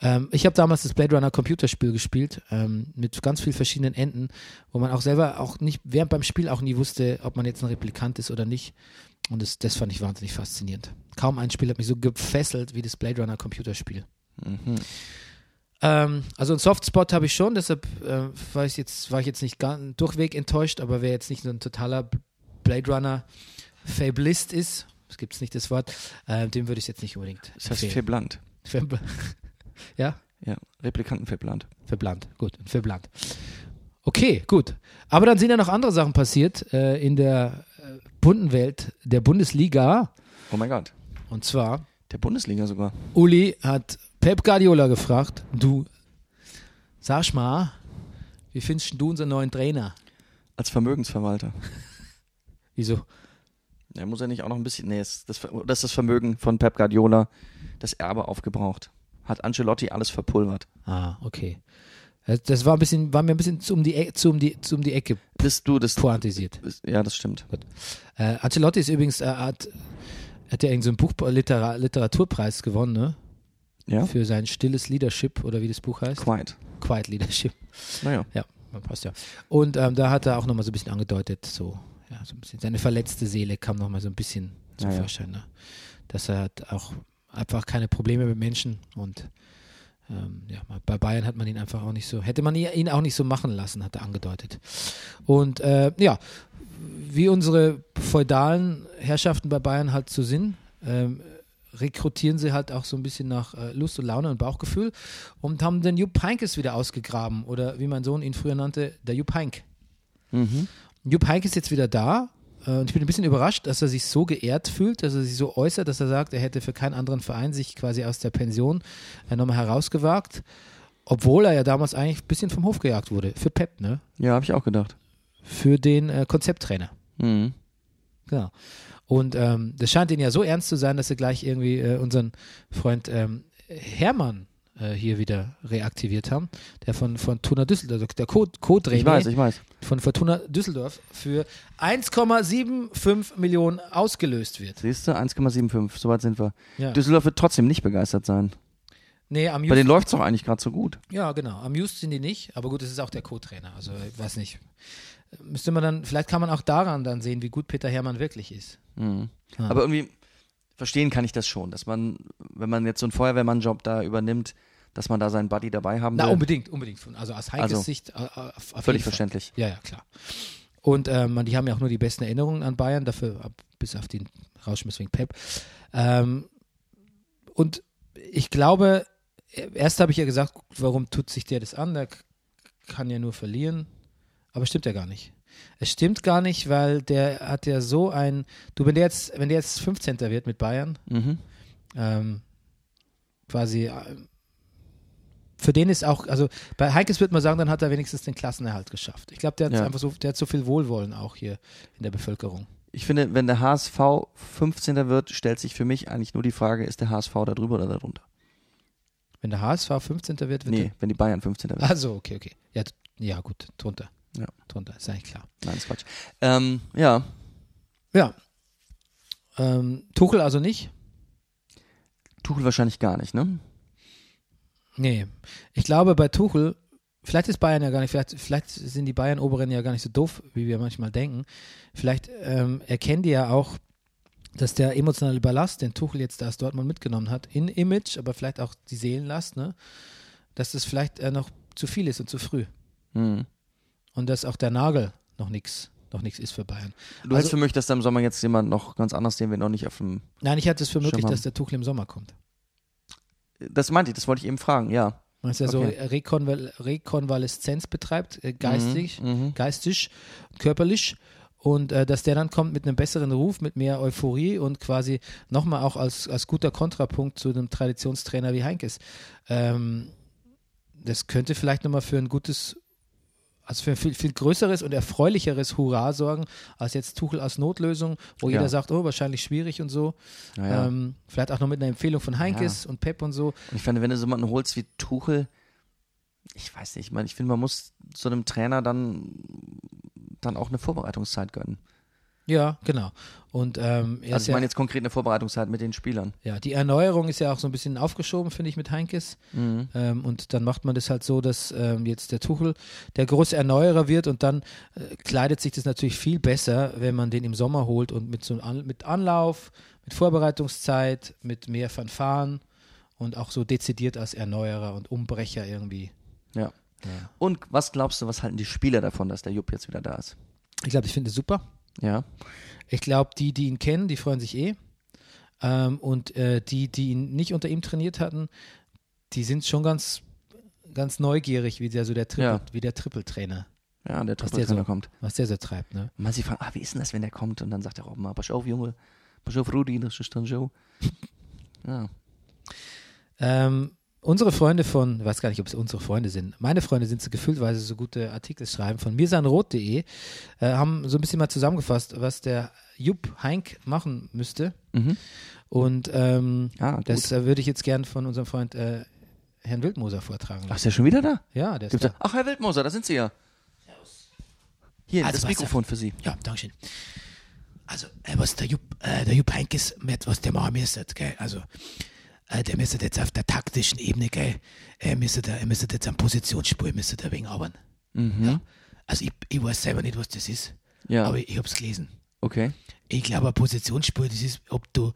Speaker 1: Ähm, ich habe damals das Blade Runner Computerspiel gespielt, ähm, mit ganz vielen verschiedenen Enden, wo man auch selber auch nicht, während beim Spiel auch nie wusste, ob man jetzt ein Replikant ist oder nicht. Und das, das fand ich wahnsinnig
Speaker 2: Mhm.
Speaker 1: faszinierend. Kaum ein Spiel hat mich so gefesselt wie das Blade Runner Computerspiel. Ähm, also einen Softspot habe ich schon, deshalb äh, war, ich jetzt, war ich jetzt nicht gar, durchweg enttäuscht, aber wer jetzt nicht so ein totaler B- Blade Runner Fablist ist, es gibt es nicht das Wort, äh, dem würde ich jetzt nicht unbedingt
Speaker 2: Das heißt
Speaker 1: empfehlen.
Speaker 2: Feblant.
Speaker 1: Fab- ja,
Speaker 2: Ja, Replikanten Feblant.
Speaker 1: verblannt. Gut, verblannt. Okay, gut. Aber dann sind ja noch andere Sachen passiert äh, in der äh, bunten Welt der Bundesliga.
Speaker 2: Oh mein Gott.
Speaker 1: Und zwar
Speaker 2: Der Bundesliga sogar.
Speaker 1: Uli hat Pep Guardiola gefragt, du, sag mal, wie findest denn du unseren neuen Trainer?
Speaker 2: Als Vermögensverwalter.
Speaker 1: Wieso?
Speaker 2: Er muss ja nicht auch noch ein bisschen. Nee, das, das, das ist das Vermögen von Pep Guardiola, das Erbe aufgebraucht. Hat Ancelotti alles verpulvert.
Speaker 1: Ah, okay. Das- Das war, ein bisschen, war mir ein bisschen zu um die, E- zu um die, zu um die Ecke
Speaker 2: Das du, das.
Speaker 1: pointisiert.
Speaker 2: das- Ja, das stimmt.
Speaker 1: Äh, Ancelotti ist übrigens, äh, hat, hat ja irgendeinen so einen Buch, Litera, Literaturpreis gewonnen, ne?
Speaker 2: Ja?
Speaker 1: Für sein stilles Leadership oder wie das Buch heißt.
Speaker 2: Quiet.
Speaker 1: Quiet Leadership.
Speaker 2: Naja.
Speaker 1: Ja, passt ja. Und ähm, da hat er auch nochmal so ein bisschen angedeutet, so, ja, so ein bisschen, seine verletzte Seele kam nochmal so ein bisschen zum
Speaker 2: Ja, ja.
Speaker 1: Vorschein. Ne? Dass er hat auch einfach keine Probleme mit Menschen und ähm, ja, bei Bayern hat man ihn einfach auch nicht so, hätte man ihn ihn auch nicht so machen lassen, hat er angedeutet. Und äh, ja, wie unsere feudalen Herrschaften bei Bayern halt so sind, ähm, rekrutieren sie halt auch so ein bisschen nach äh, Lust und Laune und Bauchgefühl und haben den Jupp Heynckes wieder ausgegraben oder wie mein Sohn ihn früher nannte, der Jupp Heynck.
Speaker 2: Mhm.
Speaker 1: Jupp Heynck ist jetzt wieder da äh, und ich bin ein bisschen überrascht, dass er sich so geehrt fühlt, dass er sich so äußert, dass er sagt, er hätte für keinen anderen Verein sich quasi aus der Pension äh, nochmal herausgewagt, obwohl er ja damals eigentlich ein bisschen vom Hof gejagt wurde, für Pep, ne?
Speaker 2: Ja, habe ich auch gedacht.
Speaker 1: für den äh, Konzepttrainer.
Speaker 2: Mhm.
Speaker 1: Genau. Und ähm, das scheint ihnen ja so ernst zu sein, dass sie gleich irgendwie äh, unseren Freund ähm, Hermann äh, hier wieder reaktiviert haben, der von, von Tuna Düsseldorf, also der Co-
Speaker 2: Ich weiß,
Speaker 1: Co-Trainer
Speaker 2: ich weiß.
Speaker 1: von Fortuna Düsseldorf für 1,75 Millionen ausgelöst wird.
Speaker 2: Siehst du, 1,75, soweit sind wir.
Speaker 1: Ja.
Speaker 2: Düsseldorf wird trotzdem nicht begeistert sein.
Speaker 1: Nee, am
Speaker 2: Bei denen
Speaker 1: Just,
Speaker 2: läuft's doch eigentlich gerade so gut.
Speaker 1: ja, genau. Am Just sind die nicht, aber gut, es ist auch der Co-Trainer, also ich weiß nicht. Müsste man dann, vielleicht kann man auch daran dann sehen, wie gut Peter Hermann wirklich ist. Ja.
Speaker 2: Aber irgendwie verstehen kann ich das schon, dass man, wenn man jetzt so einen Feuerwehrmann-Job da übernimmt, dass man da seinen Buddy dabei haben
Speaker 1: Na,
Speaker 2: will.
Speaker 1: unbedingt, unbedingt. Von- Also aus Heikes
Speaker 2: Also,
Speaker 1: Sicht äh, auf, auf
Speaker 2: Völlig
Speaker 1: jeden Fall.
Speaker 2: verständlich.
Speaker 1: Ja, ja, klar. Und ähm, man, die haben ja auch nur die besten Erinnerungen an Bayern, dafür ab, bis auf den Rauschmiss wegen Pep. Ähm, und ich glaube, äh, erst habe ich ja gesagt, warum tut sich der das an? Der k- kann ja nur verlieren. Aber stimmt ja gar nicht. Es stimmt gar nicht, weil der hat ja so ein. Du, wenn der jetzt, wenn der jetzt 15. wird mit Bayern,
Speaker 2: Mhm.
Speaker 1: ähm, quasi äh, für den ist auch, also bei Heikes wird man sagen, dann hat er wenigstens den Klassenerhalt geschafft. Ich glaube, der hat
Speaker 2: Ja.
Speaker 1: einfach so, der hat so viel Wohlwollen auch hier in der Bevölkerung.
Speaker 2: Ich finde, wenn der HSV 15. wird, stellt sich für mich eigentlich nur die Frage, ist der HSV da drüber oder da drunter?
Speaker 1: Wenn der HSV 15. wird, wird
Speaker 2: Nee, wenn die Bayern 15. werden.
Speaker 1: der, also okay, okay. Ja, d- ja gut, drunter.
Speaker 2: Ja.
Speaker 1: Drunter, ist eigentlich klar.
Speaker 2: Nein, ist Quatsch. Ähm, ja,
Speaker 1: Ja. Ähm, Tuchel also nicht?
Speaker 2: Tuchel wahrscheinlich gar nicht, ne?
Speaker 1: Nee. Ich glaube, bei Tuchel, vielleicht ist Bayern ja gar nicht, vielleicht, vielleicht sind die Bayern-Oberen ja gar nicht so doof, wie wir manchmal denken. Vielleicht ähm, erkennen die ja auch, dass der emotionale Ballast, den Tuchel jetzt aus Dortmund mitgenommen hat, in Image, aber vielleicht auch die Seelenlast, ne? dass das vielleicht äh, noch zu viel ist und zu früh.
Speaker 2: Mhm.
Speaker 1: Und dass auch der Nagel noch nichts noch nix ist für Bayern.
Speaker 2: Du hast
Speaker 1: Also-
Speaker 2: für mich, dass da im Sommer jetzt jemand noch ganz anders, den wir noch nicht auf dem.
Speaker 1: Nein, ich hatte es für möglich,
Speaker 2: mal.
Speaker 1: dass der Tuchel im Sommer kommt.
Speaker 2: Das meinte ich, das wollte ich eben fragen, ja.
Speaker 1: Meinst du, er
Speaker 2: Okay.
Speaker 1: so Rekonval Rekonvaleszenz betreibt, äh, geistig,
Speaker 2: Mhm.
Speaker 1: geistig, körperlich. Und äh, dass der dann kommt mit einem besseren Ruf, mit mehr Euphorie und quasi nochmal auch als, als guter Kontrapunkt zu einem Traditionstrainer wie Heinkes. Ähm, das könnte vielleicht nochmal für ein gutes, also für ein viel, viel größeres und erfreulicheres Hurra sorgen, als jetzt Tuchel als Notlösung, wo
Speaker 2: Ja.
Speaker 1: jeder sagt, oh, wahrscheinlich schwierig und so.
Speaker 2: Naja.
Speaker 1: Ähm, vielleicht auch noch mit einer Empfehlung von Heinkes und Pep und so.
Speaker 2: Und ich finde, wenn du so jemanden holst wie Tuchel, ich weiß nicht, ich meine, ich finde, man muss so einem Trainer dann, dann auch eine Vorbereitungszeit gönnen.
Speaker 1: Ja, genau. Und ähm, er
Speaker 2: also
Speaker 1: ist
Speaker 2: ich
Speaker 1: ja,
Speaker 2: meine jetzt konkret eine Vorbereitungszeit mit den Spielern.
Speaker 1: ja, die Erneuerung ist ja auch so ein bisschen aufgeschoben, finde ich, mit Heinkes.
Speaker 2: Mhm.
Speaker 1: Ähm, und dann macht man das halt so, dass ähm, jetzt der Tuchel der große Erneuerer wird und dann äh, kleidet sich das natürlich viel besser, wenn man den im Sommer holt und mit so einem An mit Anlauf, mit Vorbereitungszeit, mit mehr Fanfaren und auch so dezidiert als Erneuerer und Umbrecher irgendwie.
Speaker 2: Ja. Und was glaubst du, was halten die Spieler davon, dass der Jupp jetzt wieder da ist?
Speaker 1: Ich glaube, ich finde es super.
Speaker 2: Ja.
Speaker 1: Ich glaube, die, die ihn kennen, die freuen sich eh. Ähm, und äh, die, die ihn nicht unter ihm trainiert hatten, die sind schon ganz, ganz neugierig, wie der so der Triple,
Speaker 2: Ja.
Speaker 1: wie der Triple-Trainer,
Speaker 2: Ja, der
Speaker 1: was der
Speaker 2: Triple
Speaker 1: so
Speaker 2: kommt.
Speaker 1: was der so treibt, ne?
Speaker 2: Man sie fragen, ah, wie ist denn das, wenn der kommt? Und dann sagt er auch mal, pass auf, Junge, pass auf, Rudi, das ist dann Joe. Ja.
Speaker 1: Ähm, unsere Freunde von, ich weiß gar nicht, ob es unsere Freunde sind, meine Freunde sind so gefühlt, weil sie so gute Artikel schreiben, von mirsanrot.de, äh, haben so ein bisschen mal zusammengefasst, was der Jupp Heinck machen müsste.
Speaker 2: Mhm.
Speaker 1: Und ähm,
Speaker 2: Ah, gut.
Speaker 1: das äh, würde ich jetzt gern von unserem Freund äh, Herrn Wildmoser vortragen.
Speaker 2: Ach, ist der schon wieder da?
Speaker 1: Ja, der ist
Speaker 2: Gibt's da?
Speaker 1: da.
Speaker 2: Ach, Herr Wildmoser, da sind Sie ja. Hier,
Speaker 1: Ah,
Speaker 2: das
Speaker 1: das war's,
Speaker 2: Mikrofon für Sie.
Speaker 1: Ja, danke schön. Also, äh, was der Jupp, äh, der Jupp Heynckes, mit was der machen müsste, gell, also, äh, der müsste jetzt auf der taktischen Ebene, gell, er müsste, da, er müsste jetzt am Positionsspiel, müsste da wegen arbeiten. Ja. Also, ich, ich weiß selber nicht, was das ist,
Speaker 2: Mhm. Ja.
Speaker 1: aber ich, ich hab's gelesen.
Speaker 2: Okay.
Speaker 1: Ich glaube, ein Positionsspiel, das ist, ob du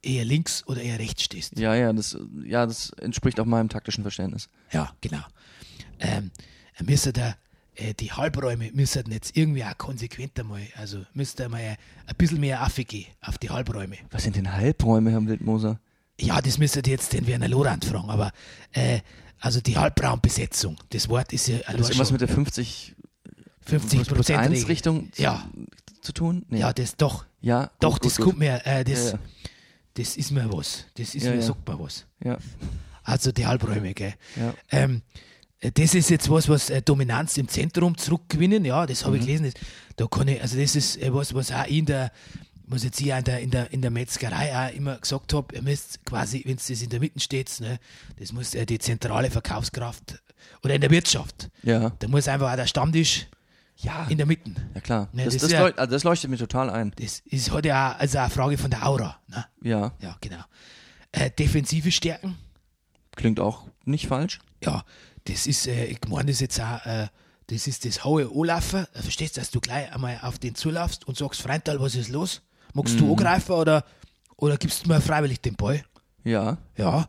Speaker 1: eher links oder eher rechts stehst.
Speaker 2: Ja, ja, das, ja, das entspricht auch meinem taktischen Verständnis.
Speaker 1: Ja, genau. Ähm, müssen da, äh, die Halbräume müssen jetzt irgendwie auch konsequenter mal, also müsste da mal äh, ein bisschen mehr Affe gehen auf die Halbräume.
Speaker 2: Was sind denn Halbräume, Herr Wildmoser?
Speaker 1: Ja, das müsstet ihr jetzt den Werner Lorand fragen, aber äh, also die Halbraumbesetzung, das Wort ist ja
Speaker 2: Hat das
Speaker 1: allein
Speaker 2: irgendwas
Speaker 1: schon
Speaker 2: mit der 50
Speaker 1: 50
Speaker 2: plus
Speaker 1: Prozent
Speaker 2: 1 Richtung zu,
Speaker 1: Ja.
Speaker 2: zu tun? Nee.
Speaker 1: Ja, das doch,
Speaker 2: ja gut,
Speaker 1: doch,
Speaker 2: gut,
Speaker 1: das
Speaker 2: gut.
Speaker 1: kommt mir, äh, das,
Speaker 2: Ja, ja.
Speaker 1: das ist mir was, das ist
Speaker 2: Ja,
Speaker 1: mir,
Speaker 2: ja.
Speaker 1: sagt mir was.
Speaker 2: Ja.
Speaker 1: Also die Halbräume, gell.
Speaker 2: Ja.
Speaker 1: Ähm, äh, das ist jetzt was, was äh, Dominanz im Zentrum zurückgewinnen, ja, das habe ich gelesen. Das, da kann ich, also das ist äh, was, was auch in der, was jetzt ich auch in der, in der, in der Metzgerei auch immer gesagt habe, ihr müsst quasi, wenn es das in der Mitte steht, ne, das muss äh, die zentrale Verkaufskraft oder in der Wirtschaft,
Speaker 2: Ja.
Speaker 1: da muss einfach auch der Stammtisch
Speaker 2: Ja.
Speaker 1: in der Mitte.
Speaker 2: ja, klar.
Speaker 1: Ne,
Speaker 2: das,
Speaker 1: das
Speaker 2: das,
Speaker 1: ist ja-
Speaker 2: leucht- also das leuchtet mir total ein.
Speaker 1: Das ist, hat ja auch, also eine Frage von der Aura. Ne?
Speaker 2: Ja.
Speaker 1: Ja, genau. Äh, defensive Stärken,
Speaker 2: Klingt auch nicht falsch.
Speaker 1: ja, das ist, äh, ich meine das jetzt auch, äh, das ist das hohe Anlaufen. Äh, Verstehst du, dass du gleich einmal auf den zulaufst und sagst, Freundal, was ist los? Magst
Speaker 2: Mhm.
Speaker 1: du angreifen oder, oder gibst du mir freiwillig den Ball?
Speaker 2: Ja.
Speaker 1: Ja.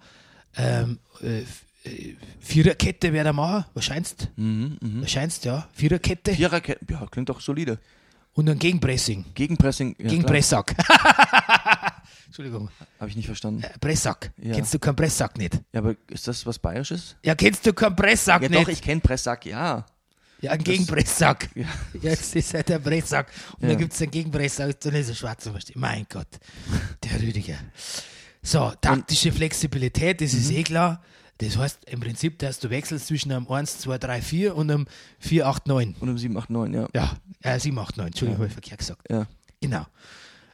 Speaker 1: Ähm, äh, f- äh, Viererkette wäre der machen, wahrscheinlich.
Speaker 2: Mhm,
Speaker 1: Wahrscheinlich, ja. Viererkette
Speaker 2: Viererkette, ja, klingt doch solide.
Speaker 1: und dann Gegenpressing.
Speaker 2: Gegenpressing, ja,
Speaker 1: Gegen Pressack. Entschuldigung.
Speaker 2: habe ich nicht verstanden.
Speaker 1: Äh, Pressack.
Speaker 2: Ja.
Speaker 1: Kennst du keinen Pressack nicht?
Speaker 2: Ja, aber ist das was Bayerisches?
Speaker 1: Ja, kennst du keinen Pressack
Speaker 2: Ja,
Speaker 1: nicht?
Speaker 2: doch, ich kenne Pressack, ja.
Speaker 1: Ja, ein Gegenpresssack. Ja.
Speaker 2: Ja.
Speaker 1: Jetzt ist halt der Presssack. Und
Speaker 2: Ja.
Speaker 1: dann gibt es einen Gegenpresssack, dann ist er schwarz zum Beispiel. Mein Gott, der Rüdiger. So, taktische Flexibilität, das
Speaker 2: Mhm.
Speaker 1: ist eh klar. Das heißt im Prinzip, dass du wechselst zwischen einem 1, 2, 3, 4 und einem 4, 8, 9.
Speaker 2: Und um 789, ja.
Speaker 1: Ja, äh, 7, 8, 9. Entschuldigung, habe ich verkehrt gesagt.
Speaker 2: Ja.
Speaker 1: Genau.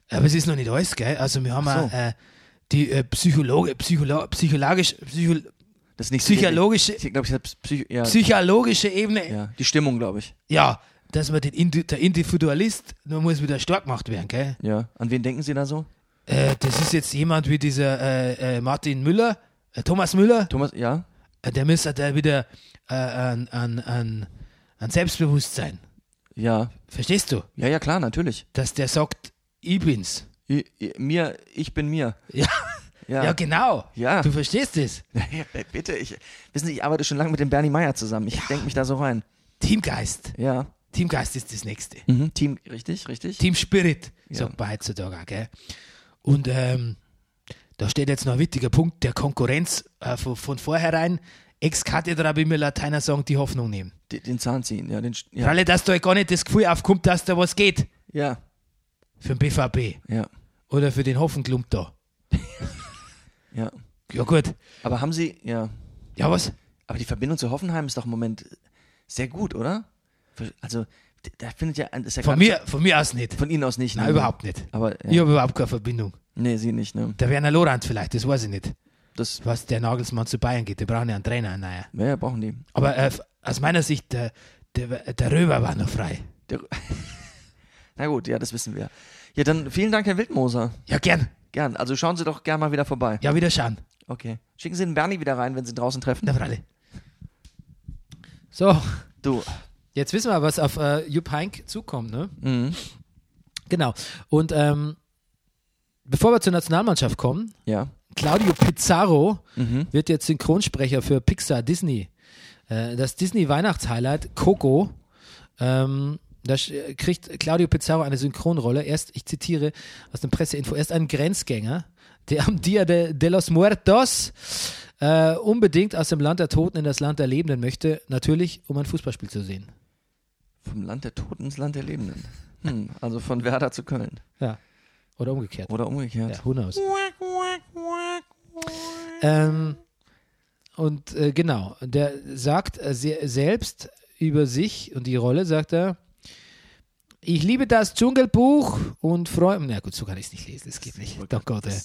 Speaker 1: Aber es ist noch nicht alles, gell? Also wir haben
Speaker 2: Ach so.
Speaker 1: auch, äh, die äh, Psychologe, Psycholo psychologisch, psycho
Speaker 2: Das ist nicht
Speaker 1: Psychologische-
Speaker 2: Ich glaube, ich habe Psych ja,
Speaker 1: psychologische Ebene
Speaker 2: ja, die Stimmung, glaube ich.
Speaker 1: ja, dass man den Indi der Individualist, man muss wieder stark gemacht werden, gell?
Speaker 2: Ja. An wen denken Sie da so?
Speaker 1: Äh, das ist jetzt jemand wie dieser äh, äh, Martin Müller, äh, Thomas Müller,
Speaker 2: Thomas, ja?
Speaker 1: äh, der müsste da wieder äh, an, an, an, an Selbstbewusstsein.
Speaker 2: Ja.
Speaker 1: Verstehst du?
Speaker 2: Ja, ja, klar, natürlich.
Speaker 1: Dass der sagt, ich bin's.
Speaker 2: I, I, mir, ich bin mir.
Speaker 1: Ja,
Speaker 2: Ja.
Speaker 1: ja. genau.
Speaker 2: Ja.
Speaker 1: Du verstehst es.
Speaker 2: Ja, bitte, ich, wissen Sie, ich arbeite schon lange mit dem Bernie Meyer zusammen. Ich denke mich da so rein.
Speaker 1: Teamgeist.
Speaker 2: Ja.
Speaker 1: Teamgeist ist das Nächste.
Speaker 2: Mhm. Team, richtig, richtig.
Speaker 1: Team Spirit, sagt man heutzutage auch, gell? Und ähm, da steht jetzt noch ein wichtiger Punkt der Konkurrenz äh, von, von vornherein. Ex-Kathedra, wie wir Lateiner sagen, die Hoffnung nehmen.
Speaker 2: D- Den Zahn ziehen, ja. Den, Sch-
Speaker 1: Ja.
Speaker 2: ja.
Speaker 1: Alle, dass da gar nicht das Gefühl aufkommt, dass da was geht
Speaker 2: ja,
Speaker 1: für den BVB
Speaker 2: ja,
Speaker 1: oder für den Hoffenklump da.
Speaker 2: ja.
Speaker 1: Ja, gut.
Speaker 2: Aber haben Sie, ja.
Speaker 1: Ja, was?
Speaker 2: Aber die Verbindung zu Hoffenheim ist doch im Moment sehr gut, oder? Ver- Also, d- da findet ja. ein- Ist ja
Speaker 1: Von mir,
Speaker 2: grad-
Speaker 1: von mir aus nicht.
Speaker 2: Von Ihnen aus nicht.
Speaker 1: Nein,
Speaker 2: ne?
Speaker 1: überhaupt nicht.
Speaker 2: Aber,
Speaker 1: Ich
Speaker 2: ja.
Speaker 1: habe überhaupt keine Verbindung.
Speaker 2: Nee, Sie nicht, ne?
Speaker 1: Der Werner Lorand vielleicht, das weiß ich nicht.
Speaker 2: Das,
Speaker 1: Was der Nagelsmann zu Bayern geht, die brauchen ja einen Trainer, naja.
Speaker 2: ja, ja, brauchen die.
Speaker 1: Aber äh, aus meiner Sicht, der, der, der Röber war noch frei.
Speaker 2: Der, na gut, ja, das wissen wir. Ja, dann vielen Dank, Herr Wildmoser.
Speaker 1: Ja, gern.
Speaker 2: Gern. Also schauen Sie doch gern mal wieder vorbei.
Speaker 1: Ja, wieder schauen.
Speaker 2: Okay. Schicken Sie den Bernie wieder rein, wenn Sie ihn draußen treffen.
Speaker 1: Na, Fralle. So,
Speaker 2: Du.
Speaker 1: jetzt wissen wir, was auf äh, Jupp Heynck zukommt, ne? Genau. Und ähm, bevor wir zur Nationalmannschaft kommen,
Speaker 2: Ja.
Speaker 1: Claudio Pizarro wird jetzt Synchronsprecher für Pixar Disney. Äh, das Disney-Weihnachtshighlight Coco. Ähm, da sch- kriegt Claudio Pizarro eine Synchronrolle. Erst, ich zitiere aus dem Presseinfo, erst ein Grenzgänger, der am Dia de, de los Muertos äh, unbedingt aus dem Land der Toten in das Land der Lebenden möchte. Natürlich, um ein Fußballspiel zu sehen.
Speaker 2: Vom Land der Toten ins Land der Lebenden. Hm, also von Werder zu Köln.
Speaker 1: Ja. Oder umgekehrt.
Speaker 2: Oder umgekehrt.
Speaker 1: Ja, who knows? Ähm, und äh, genau, der sagt äh, se selbst über sich und die Rolle, sagt er, ich liebe das Dschungelbuch und freue mich. Na gut, so kann ich es nicht lesen, das geht nicht. Oh Gott, ey.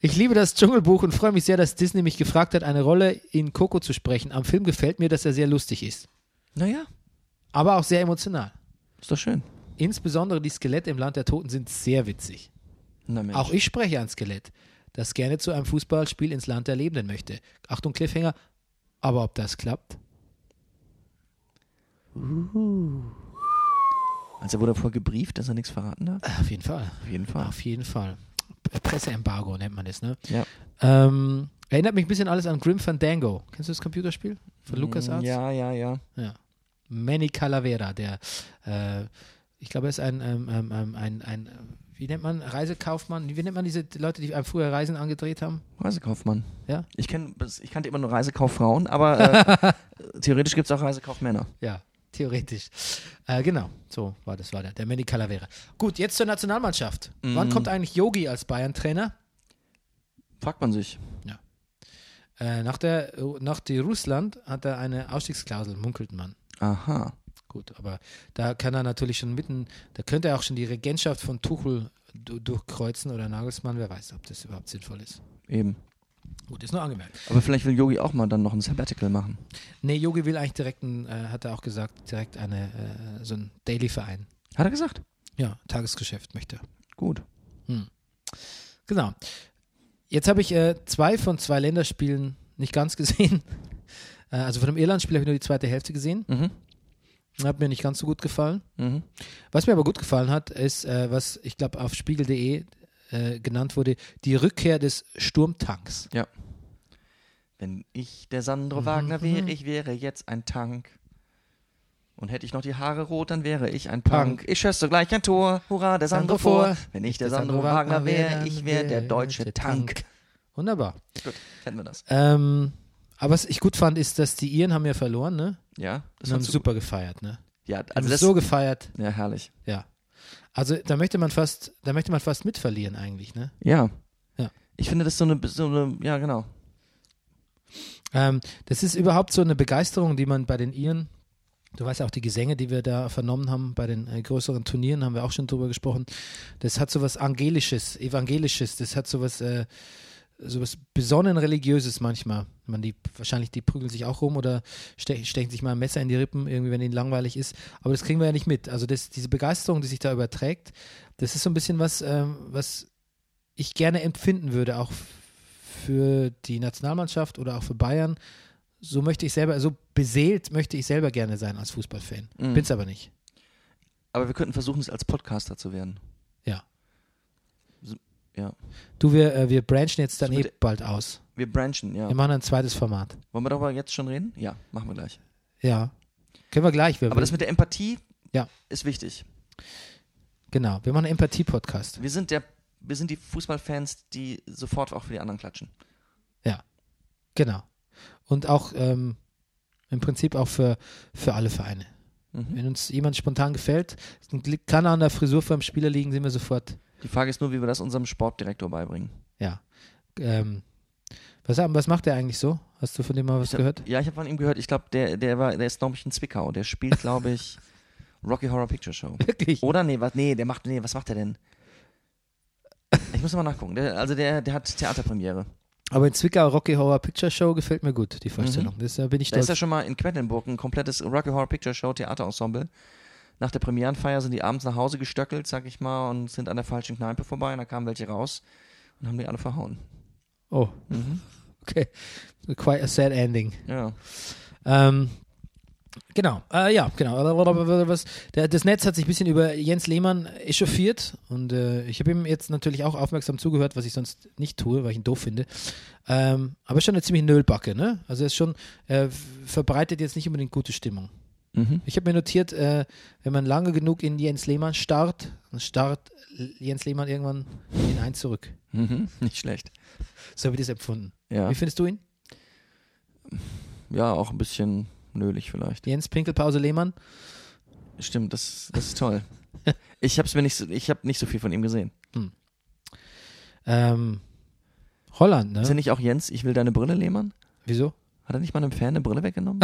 Speaker 1: Ich liebe das Dschungelbuch und freue mich sehr, dass Disney mich gefragt hat, eine Rolle in Coco zu sprechen. Am Film gefällt mir, dass er sehr lustig ist,
Speaker 2: Naja,
Speaker 1: aber auch sehr emotional.
Speaker 2: ist doch schön.
Speaker 1: Insbesondere die Skelette im Land der Toten sind sehr witzig.
Speaker 2: Na Mensch.
Speaker 1: Auch ich spreche ein Skelett, das gerne zu einem Fußballspiel ins Land der Lebenden möchte. Achtung, Cliffhanger. Aber ob das klappt?
Speaker 2: Also er wurde vorher gebrieft, dass er nichts verraten darf.
Speaker 1: Auf jeden Fall.
Speaker 2: Auf jeden Fall.
Speaker 1: Äh, Auf jeden Fall. Presseembargo nennt man das, ne?
Speaker 2: Ja.
Speaker 1: Ähm, erinnert mich ein bisschen alles an Grim Fandango. Kennst du das Computerspiel von LucasArts?
Speaker 2: Ja, ja, ja.
Speaker 1: ja. Manny Calavera, der, äh, ich glaube, er ist ein, ähm, ähm, ähm, ein, ein, wie nennt man, Reisekaufmann? Wie nennt man diese Leute, die einem früher Reisen angedreht haben?
Speaker 2: Reisekaufmann.
Speaker 1: Ja.
Speaker 2: Ich, kenn, ich kannte immer nur Reisekauffrauen, aber äh, theoretisch gibt es auch Reisekaufmänner.
Speaker 1: Ja, theoretisch. Äh, genau, so war das, war der, der Manny Calavera. Gut, jetzt zur Nationalmannschaft. Wann
Speaker 2: Mhm.
Speaker 1: kommt eigentlich Yogi als Bayern-Trainer?
Speaker 2: Fragt man sich.
Speaker 1: Äh, nach, der, nach der Russland hat er eine Ausstiegsklausel, munkelt man.
Speaker 2: Aha.
Speaker 1: Gut, aber da kann er natürlich schon mitten, da könnte er auch schon die Regentschaft von Tuchel du, durchkreuzen oder Nagelsmann, wer weiß, ob das überhaupt sinnvoll ist.
Speaker 2: Eben.
Speaker 1: Gut, ist nur angemerkt.
Speaker 2: Aber vielleicht will Yogi auch mal dann noch ein Sabbatical machen.
Speaker 1: Nee, Yogi will eigentlich direkt, ein, äh, hat er auch gesagt, direkt eine, äh, so ein Daily-Verein.
Speaker 2: Hat er gesagt.
Speaker 1: Ja, Tagesgeschäft möchte er.
Speaker 2: Gut.
Speaker 1: Genau. Jetzt habe ich äh, zwei von zwei Länderspielen nicht ganz gesehen. Äh, also von dem Irland-Spiel habe ich nur die zweite Hälfte gesehen.
Speaker 2: Mhm.
Speaker 1: Hat mir nicht ganz so gut gefallen.
Speaker 2: Mhm.
Speaker 1: Was mir aber gut gefallen hat, ist, äh, was ich glaube auf spiegel.de äh, genannt wurde, die Rückkehr des Sturmtanks.
Speaker 2: Wenn ich der Sandro Wagner wäre, ich wäre jetzt ein Tank. Und hätte ich noch die Haare rot, dann wäre ich ein Punk.
Speaker 1: Punk.
Speaker 2: Ich schösse gleich ein Tor. Hurra, der Sandro,
Speaker 1: Sandro
Speaker 2: vor.
Speaker 1: vor.
Speaker 2: Wenn ich der Sandro Wagner wäre, ich wäre der deutsche Tank.
Speaker 1: Wunderbar.
Speaker 2: Gut, kennen wir das.
Speaker 1: Ähm, aber was ich gut fand, ist, dass die Iren haben ja verloren, ne?
Speaker 2: Ja, das
Speaker 1: Und haben
Speaker 2: fandst du-
Speaker 1: super gefeiert, ne?
Speaker 2: Ja,
Speaker 1: Also
Speaker 2: also das,
Speaker 1: so gefeiert,
Speaker 2: ja, herrlich.
Speaker 1: ja. Also da möchte man fast, da möchte man fast mitverlieren eigentlich, ne?
Speaker 2: Ja.
Speaker 1: Ja.
Speaker 2: Ich finde das so eine, so eine ja genau.
Speaker 1: Ähm, das ist überhaupt so eine Begeisterung, die man bei den Iren, du weißt auch die Gesänge, die wir da vernommen haben bei den äh, größeren Turnieren, haben wir auch schon drüber gesprochen. Das hat so was Angelisches, Evangelisches, das hat so was, äh, so was besonnen Religiöses manchmal. Man die, wahrscheinlich die prügeln sich auch rum oder ste stechen sich mal ein Messer in die Rippen, irgendwie, wenn ihnen langweilig ist. Aber das kriegen wir ja nicht mit. Also das, diese Begeisterung, die sich da überträgt, das ist so ein bisschen was, ähm, was ich gerne empfinden würde, auch für die Nationalmannschaft oder auch für Bayern. So möchte ich selber, so beseelt möchte ich selber gerne sein als Fußballfan.
Speaker 2: Mhm.
Speaker 1: Bin's aber nicht.
Speaker 2: Aber wir könnten versuchen, es als Podcaster zu werden.
Speaker 1: Ja.
Speaker 2: So- ja.
Speaker 1: Du, wir, äh, wir branchen jetzt dann
Speaker 2: Das
Speaker 1: eh
Speaker 2: wird-
Speaker 1: bald aus.
Speaker 2: Wir branchen, ja.
Speaker 1: Wir machen ein zweites Format.
Speaker 2: Wollen wir darüber jetzt schon reden? Ja, machen wir gleich.
Speaker 1: Ja. Können wir gleich. Wir,
Speaker 2: Aber das mit der Empathie
Speaker 1: Ja.
Speaker 2: ist wichtig.
Speaker 1: genau. Wir machen einen Empathie-Podcast.
Speaker 2: Wir sind der, wir sind die Fußballfans, die sofort auch für die anderen klatschen.
Speaker 1: Genau. Und auch ähm, im Prinzip auch für, für alle Vereine.
Speaker 2: Mhm.
Speaker 1: Wenn uns jemand spontan gefällt, kann er an der Frisur vom Spieler liegen, sind wir sofort
Speaker 2: Die Frage ist nur, wie wir das unserem Sportdirektor beibringen.
Speaker 1: Ja. Ähm, was, was macht der eigentlich so? Hast du von dem mal was
Speaker 2: Ich hab-
Speaker 1: gehört?
Speaker 2: Ja, ich habe von ihm gehört. Ich glaube, der, der war, der ist glaube ich in Zwickau. Der spielt, glaube ich, Rocky Horror Picture Show.
Speaker 1: Wirklich?
Speaker 2: Oder nee, was, nee, der macht, nee, was macht er denn? Ich muss mal nachgucken. Der, also der, der hat Theaterpremiere.
Speaker 1: Aber in Zwickau Rocky Horror Picture Show gefällt mir gut, die Vorstellung. Das, da bin ich
Speaker 2: Mhm. Da
Speaker 1: stolz.
Speaker 2: ist ja schon mal in Quedlinburg ein komplettes Rocky Horror Picture Show Theaterensemble. Nach der Premierenfeier sind die abends nach Hause gestöckelt, sag ich mal, und sind an der falschen Kneipe vorbei. Und da kamen welche raus und haben die alle verhauen.
Speaker 1: oh.
Speaker 2: Mhm.
Speaker 1: Okay. Quite a sad ending.
Speaker 2: Ja.
Speaker 1: Ähm, Genau, äh, ja, genau. Was, der, das Netz hat sich ein bisschen über Jens Lehmann echauffiert und äh, ich habe ihm jetzt natürlich auch aufmerksam zugehört, was ich sonst nicht tue, weil ich ihn doof finde. Ähm, aber schon eine ziemliche Nöllbacke, ne? Also er ist schon, äh, verbreitet jetzt nicht unbedingt gute Stimmung. Ich habe mir notiert, äh, wenn man lange genug in Jens Lehmann starrt, dann starrt Jens Lehmann irgendwann in eins zurück.
Speaker 2: Mhm, nicht schlecht.
Speaker 1: So habe ich das empfunden.
Speaker 2: Ja.
Speaker 1: Wie findest du ihn?
Speaker 2: Ja, auch ein bisschen nölig vielleicht.
Speaker 1: Jens Pinkelpause Lehmann?
Speaker 2: Stimmt, das, das ist toll. ich hab's mir nicht so, ich habe nicht so viel von ihm gesehen.
Speaker 1: Ähm, Holland,
Speaker 2: Ist
Speaker 1: ne?
Speaker 2: er nicht auch Jens, ich will deine Brille, Lehmann?
Speaker 1: Wieso?
Speaker 2: Hat er nicht mal einem Fan eine Brille weggenommen?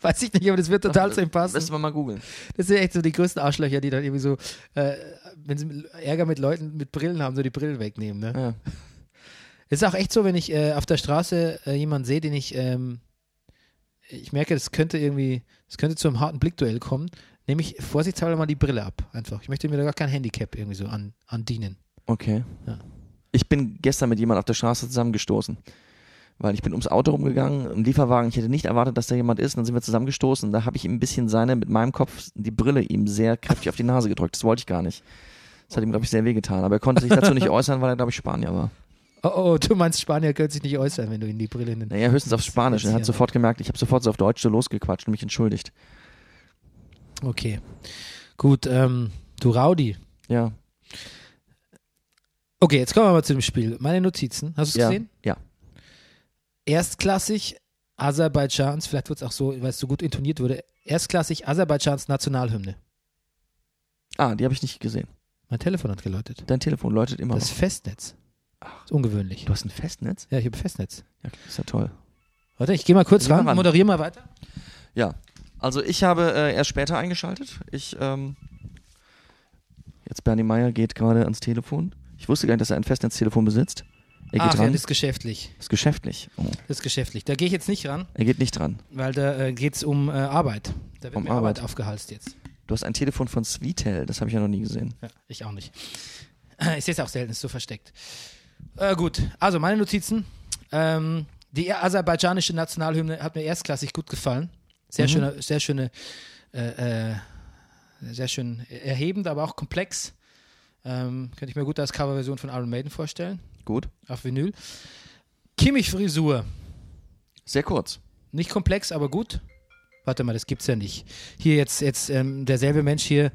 Speaker 1: Weiß ich nicht, aber das wird total zu ihm passen.
Speaker 2: Müssen wir mal googeln.
Speaker 1: Das sind echt so die größten Arschlöcher, die dann irgendwie so, äh, wenn sie Ärger mit Leuten mit Brillen haben, so die Brillen wegnehmen. Ne?
Speaker 2: Ja.
Speaker 1: Ist auch echt so, wenn ich äh, auf der Straße äh, jemanden sehe, den ich, ähm, ich merke, das könnte irgendwie, das könnte zu einem harten Blickduell kommen, nehme ich vorsichtshalber mal die Brille ab. Einfach. Ich möchte mir da gar kein Handicap irgendwie so an, andienen.
Speaker 2: Okay.
Speaker 1: Ja.
Speaker 2: Ich bin gestern mit jemand auf der Straße zusammengestoßen. Weil ich bin ums Auto rumgegangen, im Lieferwagen. Ich hätte nicht erwartet, dass da jemand ist. Und dann sind wir zusammengestoßen. Da habe ich ihm ein bisschen seine, mit meinem Kopf, die Brille ihm sehr kräftig auf die Nase gedrückt. Das wollte ich gar nicht. Das hat ihm, glaube ich, sehr wehgetan. Aber er konnte sich dazu nicht äußern, weil er, glaube ich, Spanier war.
Speaker 1: Oh, oh, du meinst, Spanier können sich nicht äußern, wenn du ihnen die Brille nimmst.
Speaker 2: Naja, höchstens auf Spanisch. Er hat
Speaker 1: Ja.
Speaker 2: sofort gemerkt, ich habe sofort so auf Deutsch so losgequatscht und mich entschuldigt.
Speaker 1: Okay. Gut, ähm, du Raudi.
Speaker 2: Ja.
Speaker 1: Okay, jetzt kommen wir mal zu dem Spiel. Meine Notizen. Hast du es
Speaker 2: ja.
Speaker 1: gesehen?
Speaker 2: Ja.
Speaker 1: erstklassig Aserbaidschans, vielleicht wird es auch so, weil es so gut intoniert wurde, erstklassig Aserbaidschans Nationalhymne.
Speaker 2: Ah, die habe ich nicht gesehen.
Speaker 1: Mein Telefon hat geläutet.
Speaker 2: Dein Telefon läutet immer.
Speaker 1: Das
Speaker 2: noch.
Speaker 1: Festnetz. ist ungewöhnlich.
Speaker 2: du hast ein Festnetz?
Speaker 1: Ja, ich habe Festnetz.
Speaker 2: Ja, ist ja toll.
Speaker 1: Warte, ich gehe mal kurz
Speaker 2: Geh mal
Speaker 1: ran,
Speaker 2: ran.
Speaker 1: moderiere mal weiter.
Speaker 2: Ja, also ich habe äh, erst später eingeschaltet. Ich, ähm, jetzt Bernie Meyer geht gerade ans Telefon. Ich wusste gar nicht, dass er ein Festnetztelefon besitzt. Er geht
Speaker 1: Ach, ja,
Speaker 2: ran.
Speaker 1: das ist geschäftlich.
Speaker 2: ist geschäftlich. Oh.
Speaker 1: Das ist geschäftlich. Da gehe ich jetzt nicht ran,
Speaker 2: Er geht nicht dran.
Speaker 1: weil da äh, geht es um äh, Arbeit. Da wird
Speaker 2: Um
Speaker 1: mir Arbeit.
Speaker 2: Arbeit.
Speaker 1: aufgehalst jetzt.
Speaker 2: Du hast ein Telefon von Sweetel, das habe ich ja noch nie gesehen.
Speaker 1: Ja, ich auch nicht. Ich sehe es auch selten, ist so versteckt. Äh, gut, also meine Notizen. Ähm, die aserbaidschanische Nationalhymne hat mir erstklassig gut gefallen. Sehr schöne, sehr schöne, äh, äh, sehr schön erhebend, aber auch komplex. Ähm, könnte ich mir gut als Coverversion von Iron Maiden vorstellen,
Speaker 2: Gut.
Speaker 1: auf Vinyl. Kimmich-Frisur.
Speaker 2: Sehr kurz.
Speaker 1: Nicht komplex, aber gut. Warte mal, das gibt's ja nicht. Hier jetzt, jetzt ähm, derselbe Mensch hier.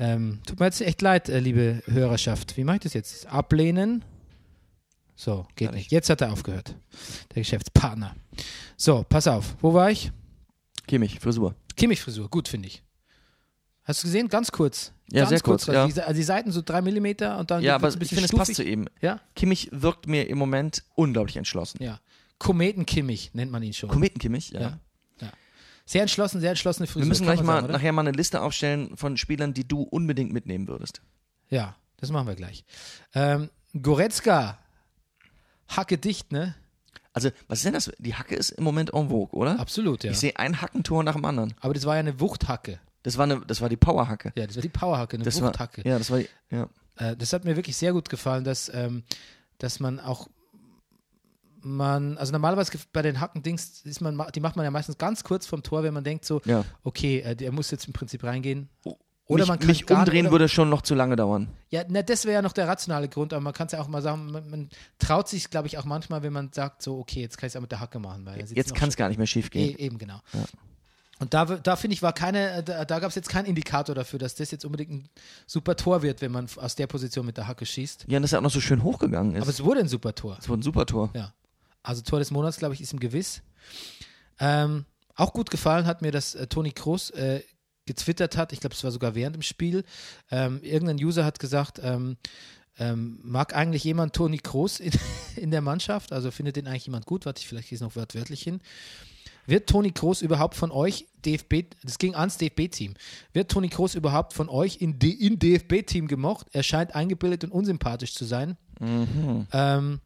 Speaker 1: Ähm, tut mir jetzt echt leid, äh, liebe Hörerschaft. Wie mache ich das jetzt? Ablehnen. So, geht
Speaker 2: Kann
Speaker 1: nicht.
Speaker 2: ich.
Speaker 1: Jetzt hat er aufgehört. Der Geschäftspartner. So, pass auf. Wo war ich?
Speaker 2: Kimmich, Frisur.
Speaker 1: Kimmich-Frisur. Gut, finde ich. Hast du gesehen? Ganz kurz.
Speaker 2: Ja,
Speaker 1: Ganz
Speaker 2: sehr kurz, ja.
Speaker 1: Also, die, also die Seiten so drei Millimeter und dann
Speaker 2: ja,
Speaker 1: wird's
Speaker 2: aber
Speaker 1: ein
Speaker 2: ich
Speaker 1: bisschen
Speaker 2: finde, es
Speaker 1: stufig.
Speaker 2: passt zu ihm.
Speaker 1: Ja,
Speaker 2: Kimmich wirkt mir im Moment unglaublich entschlossen.
Speaker 1: ja. Kometen-Kimmich nennt man ihn schon.
Speaker 2: Kometenkimmich, ja.
Speaker 1: Ja. sehr entschlossen, sehr entschlossene Frisur.
Speaker 2: Wir müssen
Speaker 1: kann
Speaker 2: gleich
Speaker 1: man
Speaker 2: mal
Speaker 1: sagen, oder?
Speaker 2: nachher mal eine Liste aufstellen von Spielern, die du unbedingt mitnehmen würdest.
Speaker 1: Ja, das machen wir gleich. Ähm, Goretzka, Hacke dicht, ne?
Speaker 2: Also, was ist denn das? Die Hacke ist im Moment en vogue, oder?
Speaker 1: Absolut, ja.
Speaker 2: Ich sehe ein Hackentor nach dem anderen.
Speaker 1: Aber das war ja eine Wuchthacke.
Speaker 2: Das war, eine, das war die Powerhacke.
Speaker 1: Ja, das war die Powerhacke, eine
Speaker 2: Das war,
Speaker 1: Wuchthacke.
Speaker 2: ja, das war, ja.
Speaker 1: äh, das hat mir wirklich sehr gut gefallen, dass, ähm, dass man auch man, also normalerweise gef- bei den Hackendings ist man, ma- die macht man ja meistens ganz kurz vom Tor, wenn man denkt so,
Speaker 2: Ja.
Speaker 1: okay, äh, der muss jetzt im Prinzip reingehen. Oder
Speaker 2: mich,
Speaker 1: man kann
Speaker 2: mich
Speaker 1: gar nicht-
Speaker 2: umdrehen
Speaker 1: oder-
Speaker 2: würde schon noch zu lange dauern.
Speaker 1: Ja, na, das wäre ja noch der rationale Grund, aber man kann es ja auch mal sagen, man, man traut sich, glaube ich, auch manchmal, wenn man sagt so, okay, jetzt kann ich es auch mit der Hacke machen. Weil da sitzen
Speaker 2: Jetzt
Speaker 1: auch
Speaker 2: kann es gar nicht mehr schief
Speaker 1: E
Speaker 2: gehen.
Speaker 1: eben, genau. Und da, w- da finde ich, war keine, äh, da, da gab es jetzt keinen Indikator dafür, dass das jetzt unbedingt ein super Tor wird, wenn man f- aus der Position mit der Hacke schießt.
Speaker 2: Ja, und das ist ja auch noch so schön hochgegangen ist.
Speaker 1: Aber es wurde ein super Tor.
Speaker 2: es wurde ein super Tor.
Speaker 1: Ja. Also Tor des Monats, glaube ich, ist ihm gewiss. Ähm, auch gut gefallen hat mir, dass äh, Toni Kroos äh, getwittert hat, ich glaube, es war sogar während dem Spiel, ähm, irgendein User hat gesagt, ähm, ähm, mag eigentlich jemand Toni Kroos in, in der Mannschaft? Also findet den eigentlich jemand gut? Warte, ich vielleicht gehe es noch wortwörtlich hin. Wird Toni Kroos überhaupt von euch DFB, das ging ans DFB-Team, wird Toni Kroos überhaupt von euch in, D- in DFB-Team gemocht? Er scheint eingebildet und unsympathisch zu sein. Ähm,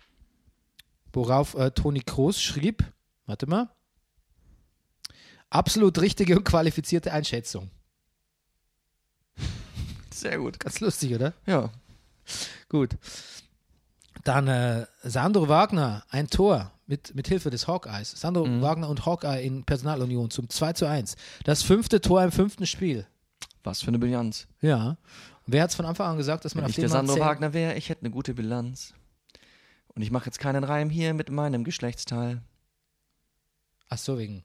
Speaker 1: worauf äh, Toni Kroos schrieb, warte mal, absolut richtige und qualifizierte Einschätzung.
Speaker 2: Sehr gut.
Speaker 1: Ganz lustig, oder?
Speaker 2: Ja.
Speaker 1: Gut. Dann äh, Sandro Wagner, ein Tor. mit, mit Hilfe des Hawkeyes. Sandro
Speaker 2: Mhm.
Speaker 1: Wagner und Hawkeye in Personalunion zum 2 zu 1. Das fünfte Tor im fünften Spiel.
Speaker 2: Was für eine Bilanz.
Speaker 1: Ja. Und wer hat es von Anfang an gesagt, dass man auf
Speaker 2: Wenn ich
Speaker 1: den
Speaker 2: der
Speaker 1: Mann
Speaker 2: Sandro
Speaker 1: zählt?
Speaker 2: Wagner wäre, ich hätte eine gute Bilanz. Und ich mache jetzt keinen Reim hier mit meinem Geschlechtsteil.
Speaker 1: Ach so, wegen.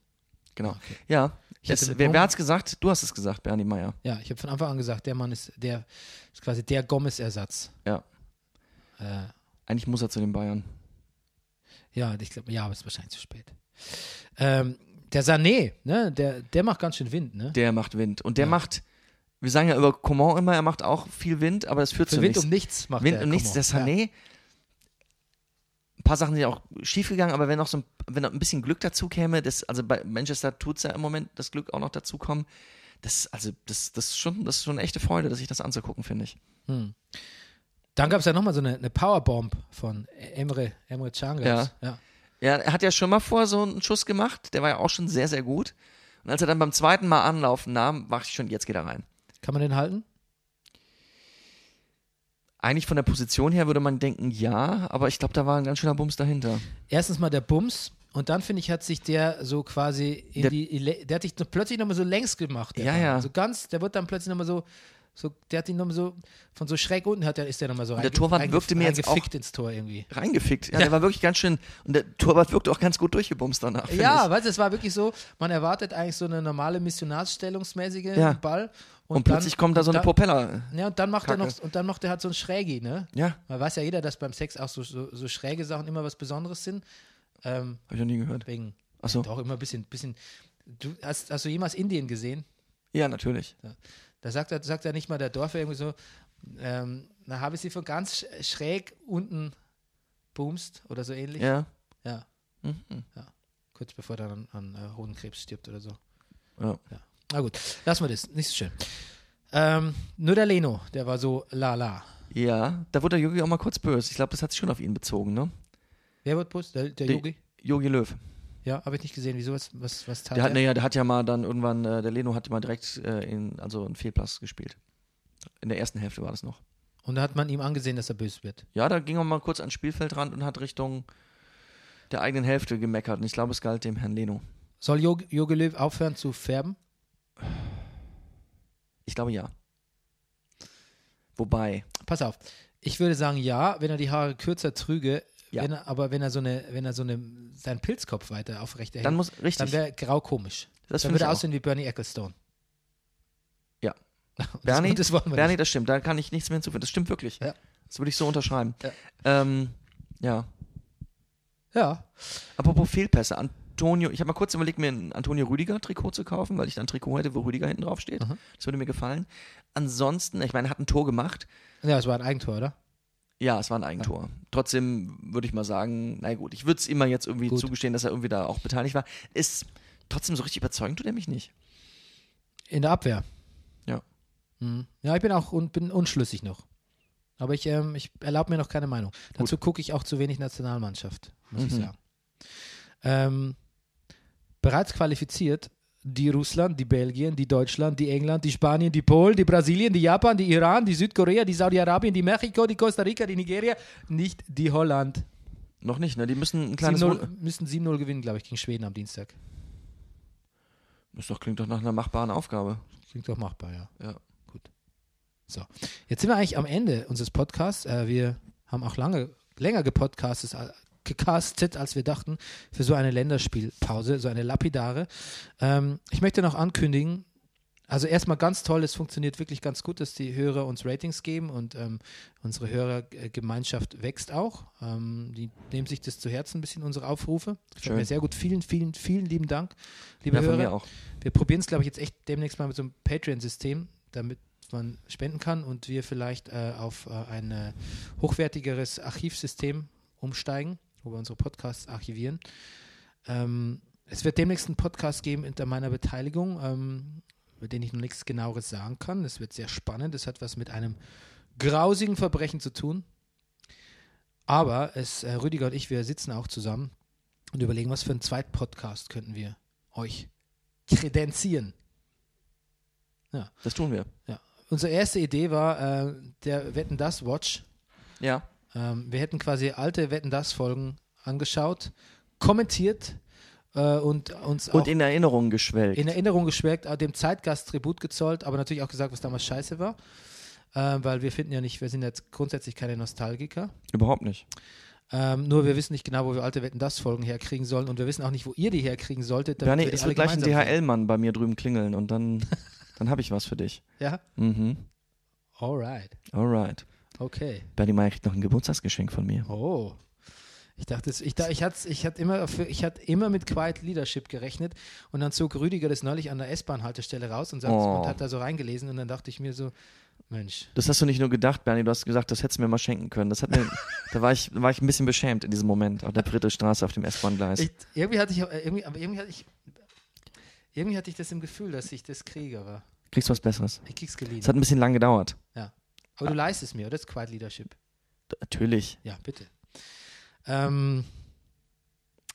Speaker 2: Genau. Ja.
Speaker 1: Ich hätte
Speaker 2: es,
Speaker 1: mit
Speaker 2: wer
Speaker 1: Bum-
Speaker 2: wer hat's gesagt? Du hast es gesagt, Bernie Meyer.
Speaker 1: Ja, ich habe von Anfang an gesagt, der Mann ist der ist quasi der Gomez-Ersatz.
Speaker 2: Ja.
Speaker 1: Äh,
Speaker 2: Eigentlich muss er zu den Bayern.
Speaker 1: ja, ich glaube, ja, aber es ist wahrscheinlich zu spät. Ähm, der Sané, ne, der, der macht ganz schön Wind, ne?
Speaker 2: Der macht Wind. Und der macht, wir sagen ja über Coman immer, er macht auch viel Wind, aber das führt
Speaker 1: Für
Speaker 2: zu
Speaker 1: Wind
Speaker 2: nichts.
Speaker 1: um nichts macht
Speaker 2: Wind
Speaker 1: der.
Speaker 2: und nichts, der
Speaker 1: Coman.
Speaker 2: Sané. Ein paar Sachen sind ja auch schief gegangen, aber wenn noch so ein, wenn noch ein bisschen Glück dazu käme, das, also bei Manchester tut es ja im Moment das Glück auch noch dazu kommen. Das, also, das, das, ist schon, das ist schon eine echte Freude, sich das anzugucken, finde ich.
Speaker 1: Dann gab es ja nochmal so eine, eine Powerbomb von Emre, Emre Can gab's. ja.
Speaker 2: Ja, er hat ja schon mal vor so einen Schuss gemacht, der war ja auch schon sehr, sehr gut. Und als er dann beim zweiten Mal anlaufen nahm, war ich schon, jetzt geht er rein.
Speaker 1: Kann man den halten?
Speaker 2: Eigentlich von der Position her würde man denken, ja, aber ich glaube, da war ein ganz schöner Bums dahinter.
Speaker 1: Erstens mal der Bums und dann finde ich, hat sich der so quasi in
Speaker 2: Der-
Speaker 1: die, Ele- der hat sich noch- plötzlich nochmal so längs gemacht. Der
Speaker 2: Ja,
Speaker 1: Ball.
Speaker 2: ja.
Speaker 1: So ganz, der wird dann plötzlich nochmal so, so, der hat ihn nochmal so, von so schräg unten hat der, ist der nochmal so
Speaker 2: Und der
Speaker 1: reinge-
Speaker 2: Torwart
Speaker 1: reinge-
Speaker 2: wirkte mir jetzt
Speaker 1: reingefickt ins Tor irgendwie.
Speaker 2: Reingefickt. Ja, der war wirklich ganz schön. Und der Torwart wirkte auch ganz gut durchgebumst danach. finde
Speaker 1: Ja,
Speaker 2: ich.
Speaker 1: weißt du, es war wirklich so, man erwartet eigentlich so eine normale missionarsstellungsmäßige
Speaker 2: Ja.
Speaker 1: Ball.
Speaker 2: Und,
Speaker 1: dann-
Speaker 2: plötzlich kommt da so eine
Speaker 1: dann-
Speaker 2: Propeller.
Speaker 1: Ja, und dann macht er
Speaker 2: Kacke.
Speaker 1: noch, und dann macht er halt so ein Schrägi, ne?
Speaker 2: Ja, habe
Speaker 1: Man weiß ja jeder, dass beim Sex auch so, so, so schräge Sachen immer was Besonderes sind. Ähm,
Speaker 2: ich noch nie gehört.
Speaker 1: wegen
Speaker 2: Ach so.
Speaker 1: doch immer ein bisschen, bisschen. Du, hast, hast du jemals Indien gesehen?
Speaker 2: Ja, natürlich.
Speaker 1: Da sagt er, sagt er nicht mal der Dorfer irgendwie so, ähm, na habe ich sie von ganz sch- schräg unten boomst oder so ähnlich.
Speaker 2: Ja.
Speaker 1: Ja,
Speaker 2: Mhm.
Speaker 1: kurz bevor er dann an äh, Hodenkrebs stirbt oder so.
Speaker 2: Ja.
Speaker 1: Na gut, lassen wir das. Nicht so schön. Ähm, nur der Leno, der war so la la.
Speaker 2: ja, da wurde der Yogi auch mal kurz böse. Ich glaube, das hat sich schon auf ihn bezogen, ne?
Speaker 1: Wer wird Bus? Der, der
Speaker 2: Die-
Speaker 1: Yogi?
Speaker 2: Yogi Löw.
Speaker 1: Ja, habe ich nicht gesehen. Wieso? Was, was, was tat
Speaker 2: Der hat,
Speaker 1: er?
Speaker 2: naja, der hat ja mal dann irgendwann, äh, der Leno hat mal direkt äh, in, also einen Fehlpass gespielt. In der ersten Hälfte war das noch.
Speaker 1: Und da hat man ihm angesehen, dass er böse wird.
Speaker 2: Ja, da ging er mal kurz ans Spielfeld ran und hat Richtung der eigenen Hälfte gemeckert. Und ich glaube, es galt dem Herrn Leno.
Speaker 1: Soll Jog- Jogi Löw aufhören zu färben?
Speaker 2: Ich glaube ja. Wobei,
Speaker 1: Pass auf. Ich würde sagen, ja, wenn er die Haare kürzer trüge,
Speaker 2: Ja.
Speaker 1: wenn er, aber wenn er so eine, wenn er so eine, seinen Pilzkopf weiter aufrecht erhält,
Speaker 2: dann muss, richtig,
Speaker 1: dann wäre er grau komisch.
Speaker 2: das
Speaker 1: dann
Speaker 2: finde
Speaker 1: würde
Speaker 2: ich
Speaker 1: er
Speaker 2: auch.
Speaker 1: aussehen wie Bernie Ecclestone.
Speaker 2: Ja.
Speaker 1: Und
Speaker 2: Bernie,
Speaker 1: das, und das wollen wir
Speaker 2: Bernie, das stimmt. Da kann ich nichts mehr hinzufügen. Das stimmt wirklich.
Speaker 1: Ja.
Speaker 2: Das würde ich so unterschreiben.
Speaker 1: Ja.
Speaker 2: Ähm, ja.
Speaker 1: nicht. Ja.
Speaker 2: Apropos Fehlpässe. Antonio, ich habe mal kurz überlegt, mir ein Antonio Rüdiger-Trikot zu kaufen, weil ich da ein Trikot hätte, wo Rüdiger hinten drauf steht.
Speaker 1: Aha.
Speaker 2: Das würde mir gefallen. Ansonsten, ich meine, er hat ein Tor gemacht.
Speaker 1: Ja, es war ein Eigentor, oder?
Speaker 2: Ja, es war ein Eigentor. Trotzdem würde ich mal sagen, na gut, ich würde es immer jetzt irgendwie
Speaker 1: Gut.
Speaker 2: zugestehen, dass er irgendwie da auch beteiligt war. Ist trotzdem so richtig überzeugend, tut er mich nicht.
Speaker 1: In der Abwehr.
Speaker 2: Ja.
Speaker 1: Mhm. Ja, ich bin auch un, bin unschlüssig noch. Aber ich, ähm, ich erlaube mir noch keine Meinung. Dazu gucke ich auch zu wenig Nationalmannschaft, muss ich
Speaker 2: Mhm.
Speaker 1: sagen. Ähm, bereits qualifiziert die Russland, die Belgien, die Deutschland, die England, die Spanien, die Polen, die Brasilien, die Japan, die Iran, die Südkorea, die Saudi-Arabien, die Mexiko, die Costa Rica, die Nigeria, nicht die Holland.
Speaker 2: Noch nicht, ne? Die müssen ein kleines.
Speaker 1: 7-0,
Speaker 2: Wunder-
Speaker 1: müssen 7-0 gewinnen, glaube ich, gegen Schweden am Dienstag.
Speaker 2: Das doch, klingt doch nach einer machbaren Aufgabe.
Speaker 1: Klingt doch machbar, ja.
Speaker 2: Ja.
Speaker 1: Gut. So. Jetzt sind wir eigentlich am Ende unseres Podcasts. Äh, wir haben auch lange, länger gepodcastet, äh, gecastet, als wir dachten, für so eine Länderspielpause, so eine lapidare. Ähm, ich möchte noch ankündigen, also erstmal ganz toll, es funktioniert wirklich ganz gut, dass die Hörer uns Ratings geben und ähm, unsere Hörergemeinschaft wächst auch. Ähm, die nehmen sich das zu Herzen ein bisschen, unsere Aufrufe. Gefällt
Speaker 2: Schön.
Speaker 1: mir sehr gut. Vielen, vielen, vielen lieben Dank, liebe
Speaker 2: Ja, von
Speaker 1: Hörer.
Speaker 2: mir auch.
Speaker 1: Wir probieren es, glaube ich, jetzt echt demnächst mal mit so einem Patreon-System, damit man spenden kann und wir vielleicht äh, auf äh, ein äh, hochwertigeres Archivsystem umsteigen, wo wir unsere Podcasts archivieren. Ähm, es wird demnächst einen Podcast geben unter meiner Beteiligung, ähm, über den ich noch nichts genaueres sagen kann. Das wird sehr spannend. Das hat was mit einem grausigen Verbrechen zu tun. Aber es, äh, Rüdiger und ich, wir sitzen auch zusammen und überlegen, was für einen Zweitpodcast könnten wir euch kredenzieren.
Speaker 2: Das tun wir.
Speaker 1: Unsere erste Idee war äh, der Wetten das Watch.
Speaker 2: Ja.
Speaker 1: Ähm, wir hätten quasi alte Wetten das Folgen angeschaut, kommentiert äh, und uns auch
Speaker 2: Und in Erinnerung geschwelgt.
Speaker 1: in Erinnerung geschweckt, äh, dem Zeitgast Tribut gezollt, aber natürlich auch gesagt, was damals scheiße war. Äh, weil wir finden ja nicht, wir sind jetzt grundsätzlich keine Nostalgiker.
Speaker 2: Überhaupt nicht.
Speaker 1: Ähm, nur wir wissen nicht genau, wo wir alte Wetten das Folgen herkriegen sollen und wir wissen auch nicht, wo ihr die herkriegen solltet. damit
Speaker 2: Bernie,
Speaker 1: wir die
Speaker 2: es
Speaker 1: alle
Speaker 2: wird gleich ein
Speaker 1: gemeinsam sehen.
Speaker 2: DHL-Mann bei mir drüben klingeln und dann, dann habe ich was für dich.
Speaker 1: Ja?
Speaker 2: Mhm.
Speaker 1: Alright.
Speaker 2: Alright.
Speaker 1: Okay.
Speaker 2: Bernie Meyer kriegt noch ein Geburtstagsgeschenk von mir.
Speaker 1: Oh. Ich dachte, es- ich, da- ich, hatte, ich, hatte immer, für- ich hatte immer mit Quiet Leadership gerechnet und dann zog Rüdiger das neulich an der S-Bahn-Haltestelle raus und, sagt,
Speaker 2: Oh.
Speaker 1: und hat da so reingelesen und dann dachte ich mir so, Mensch,
Speaker 2: Das hast du nicht nur gedacht, Bernie, du hast gesagt, das hättest du mir mal schenken können. Das hat mir, da war ich, war ich ein bisschen beschämt in diesem Moment auf der Bretestraße auf dem S-Bahn-Gleis.
Speaker 1: ich, irgendwie hatte ich, auch- äh, irgendwie, aber irgendwie hatte ich, irgendwie hatte ich das im Gefühl, dass ich das kriege, aber
Speaker 2: Kriegst du was Besseres?
Speaker 1: ich krieg's
Speaker 2: Es hat
Speaker 1: geliehen.
Speaker 2: ein bisschen lang gedauert.
Speaker 1: Ja. Aber du leist es mir, oder? Das ist Quiet Leadership.
Speaker 2: Natürlich.
Speaker 1: Ja, bitte. Ähm,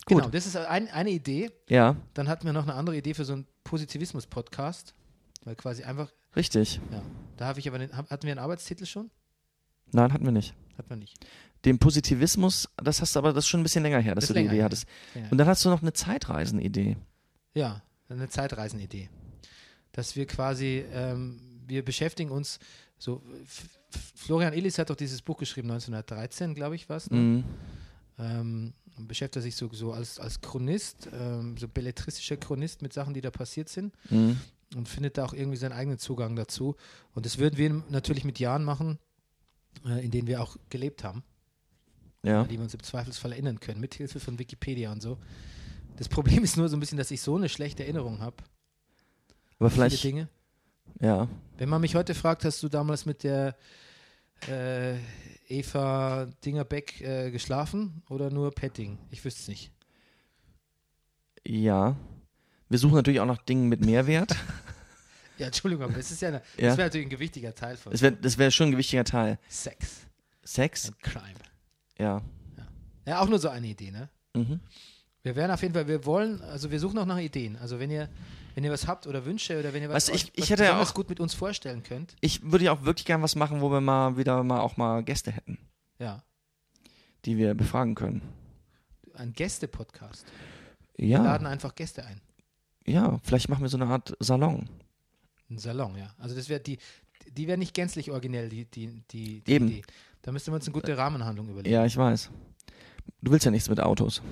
Speaker 2: Gut.
Speaker 1: Genau, das ist ein, eine Idee.
Speaker 2: Ja,
Speaker 1: Dann hatten wir noch eine andere Idee für so einen Positivismus-Podcast, weil quasi einfach
Speaker 2: richtig.
Speaker 1: Ja, da habe ich aber den, hab- hatten wir einen Arbeitstitel schon?
Speaker 2: Nein, hatten wir nicht.
Speaker 1: Hat man nicht.
Speaker 2: Den Positivismus, das hast du aber, das ist schon ein bisschen länger her, dass
Speaker 1: Das
Speaker 2: du
Speaker 1: ist
Speaker 2: die
Speaker 1: länger
Speaker 2: Idee
Speaker 1: her.
Speaker 2: hattest.
Speaker 1: Länger
Speaker 2: Und dann hast du noch eine Zeitreisenidee.
Speaker 1: Ja, eine Zeitreisenidee. Dass wir quasi, ähm, wir beschäftigen uns so, F- F- Florian Illis hat doch dieses Buch geschrieben, 1913, glaube ich, was. Ne?
Speaker 2: Mhm.
Speaker 1: Ähm, beschäftigt er sich so, so als, als Chronist, ähm, so belletristischer Chronist mit Sachen, die da passiert sind
Speaker 2: Mhm.
Speaker 1: und findet da auch irgendwie seinen eigenen Zugang dazu. Und das würden wir natürlich mit Jahren machen, äh, in denen wir auch gelebt haben.
Speaker 2: Ja.
Speaker 1: an die wir uns im Zweifelsfall erinnern können, mithilfe von Wikipedia und so. Das Problem ist nur so ein bisschen, dass ich so eine schlechte Erinnerung habe.
Speaker 2: Aber
Speaker 1: Viele
Speaker 2: vielleicht,
Speaker 1: Dinge.
Speaker 2: ja.
Speaker 1: Wenn man mich heute fragt, hast du damals mit der äh, Eva Dingerbeck äh, geschlafen oder nur Petting? Ich wüsste es nicht.
Speaker 2: Ja. Wir suchen natürlich auch nach Dingen mit Mehrwert.
Speaker 1: Ja, Entschuldigung, aber das ist ja, eine,
Speaker 2: Ja.
Speaker 1: das wäre natürlich ein gewichtiger Teil von
Speaker 2: Das wäre das wär schon ein gewichtiger Teil.
Speaker 1: Sex
Speaker 2: Sex?
Speaker 1: and Crime.
Speaker 2: Ja.
Speaker 1: Ja, auch nur so eine Idee, ne?
Speaker 2: Mhm.
Speaker 1: Wir werden auf jeden Fall, wir wollen, also wir suchen auch nach Ideen. Also wenn ihr, wenn ihr was habt oder Wünsche oder wenn ihr was,
Speaker 2: Weißt du, ich-
Speaker 1: euch
Speaker 2: ich
Speaker 1: was
Speaker 2: hätte ja
Speaker 1: besonders
Speaker 2: auch-
Speaker 1: gut mit uns vorstellen könnt,
Speaker 2: Ich würde ja auch wirklich gern was machen, wo wir mal wieder mal auch mal Gäste hätten,
Speaker 1: ja,
Speaker 2: die wir befragen können.
Speaker 1: ein Gäste-Podcast. Wir
Speaker 2: Ja.
Speaker 1: laden einfach Gäste ein.
Speaker 2: Ja, vielleicht machen wir so eine Art Salon.
Speaker 1: Ein Salon, ja. Also das wäre die, die wäre nicht gänzlich originell, die, die, die, die
Speaker 2: Eben.
Speaker 1: Idee. Da müssten wir uns eine gute Rahmenhandlung überlegen.
Speaker 2: Ja, ich weiß. Du willst ja nichts mit Autos.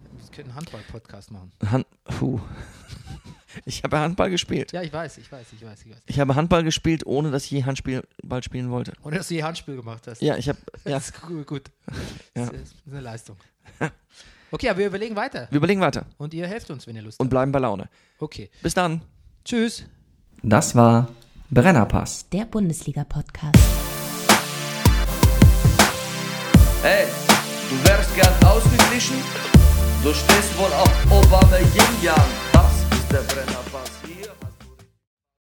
Speaker 1: Wir könnten einen Handball-Podcast machen.
Speaker 2: Hand Puh. Ich habe Handball gespielt.
Speaker 1: Ja, ich weiß, ich weiß, ich weiß, ich weiß.
Speaker 2: Ich habe Handball gespielt, ohne dass ich je Handspiel Ball spielen wollte.
Speaker 1: Ohne dass du je Handspiel gemacht hast.
Speaker 2: Ja, ich habe. Ja.
Speaker 1: Das ist gut. gut.
Speaker 2: Ja.
Speaker 1: Das ist eine Leistung. Okay, aber wir überlegen weiter.
Speaker 2: Wir überlegen weiter
Speaker 1: Und ihr helft uns, wenn ihr Lust
Speaker 2: und
Speaker 1: habt.
Speaker 2: bleiben bei Laune.
Speaker 1: Okay.
Speaker 2: Bis dann.
Speaker 1: Tschüss.
Speaker 3: Das war Brennerpass.
Speaker 4: Der Bundesliga-Podcast.
Speaker 5: Ey, du wärst gern ausgeglichen? Du stehst wohl auf Obama Yin Yang. Das ist der Brennerpass.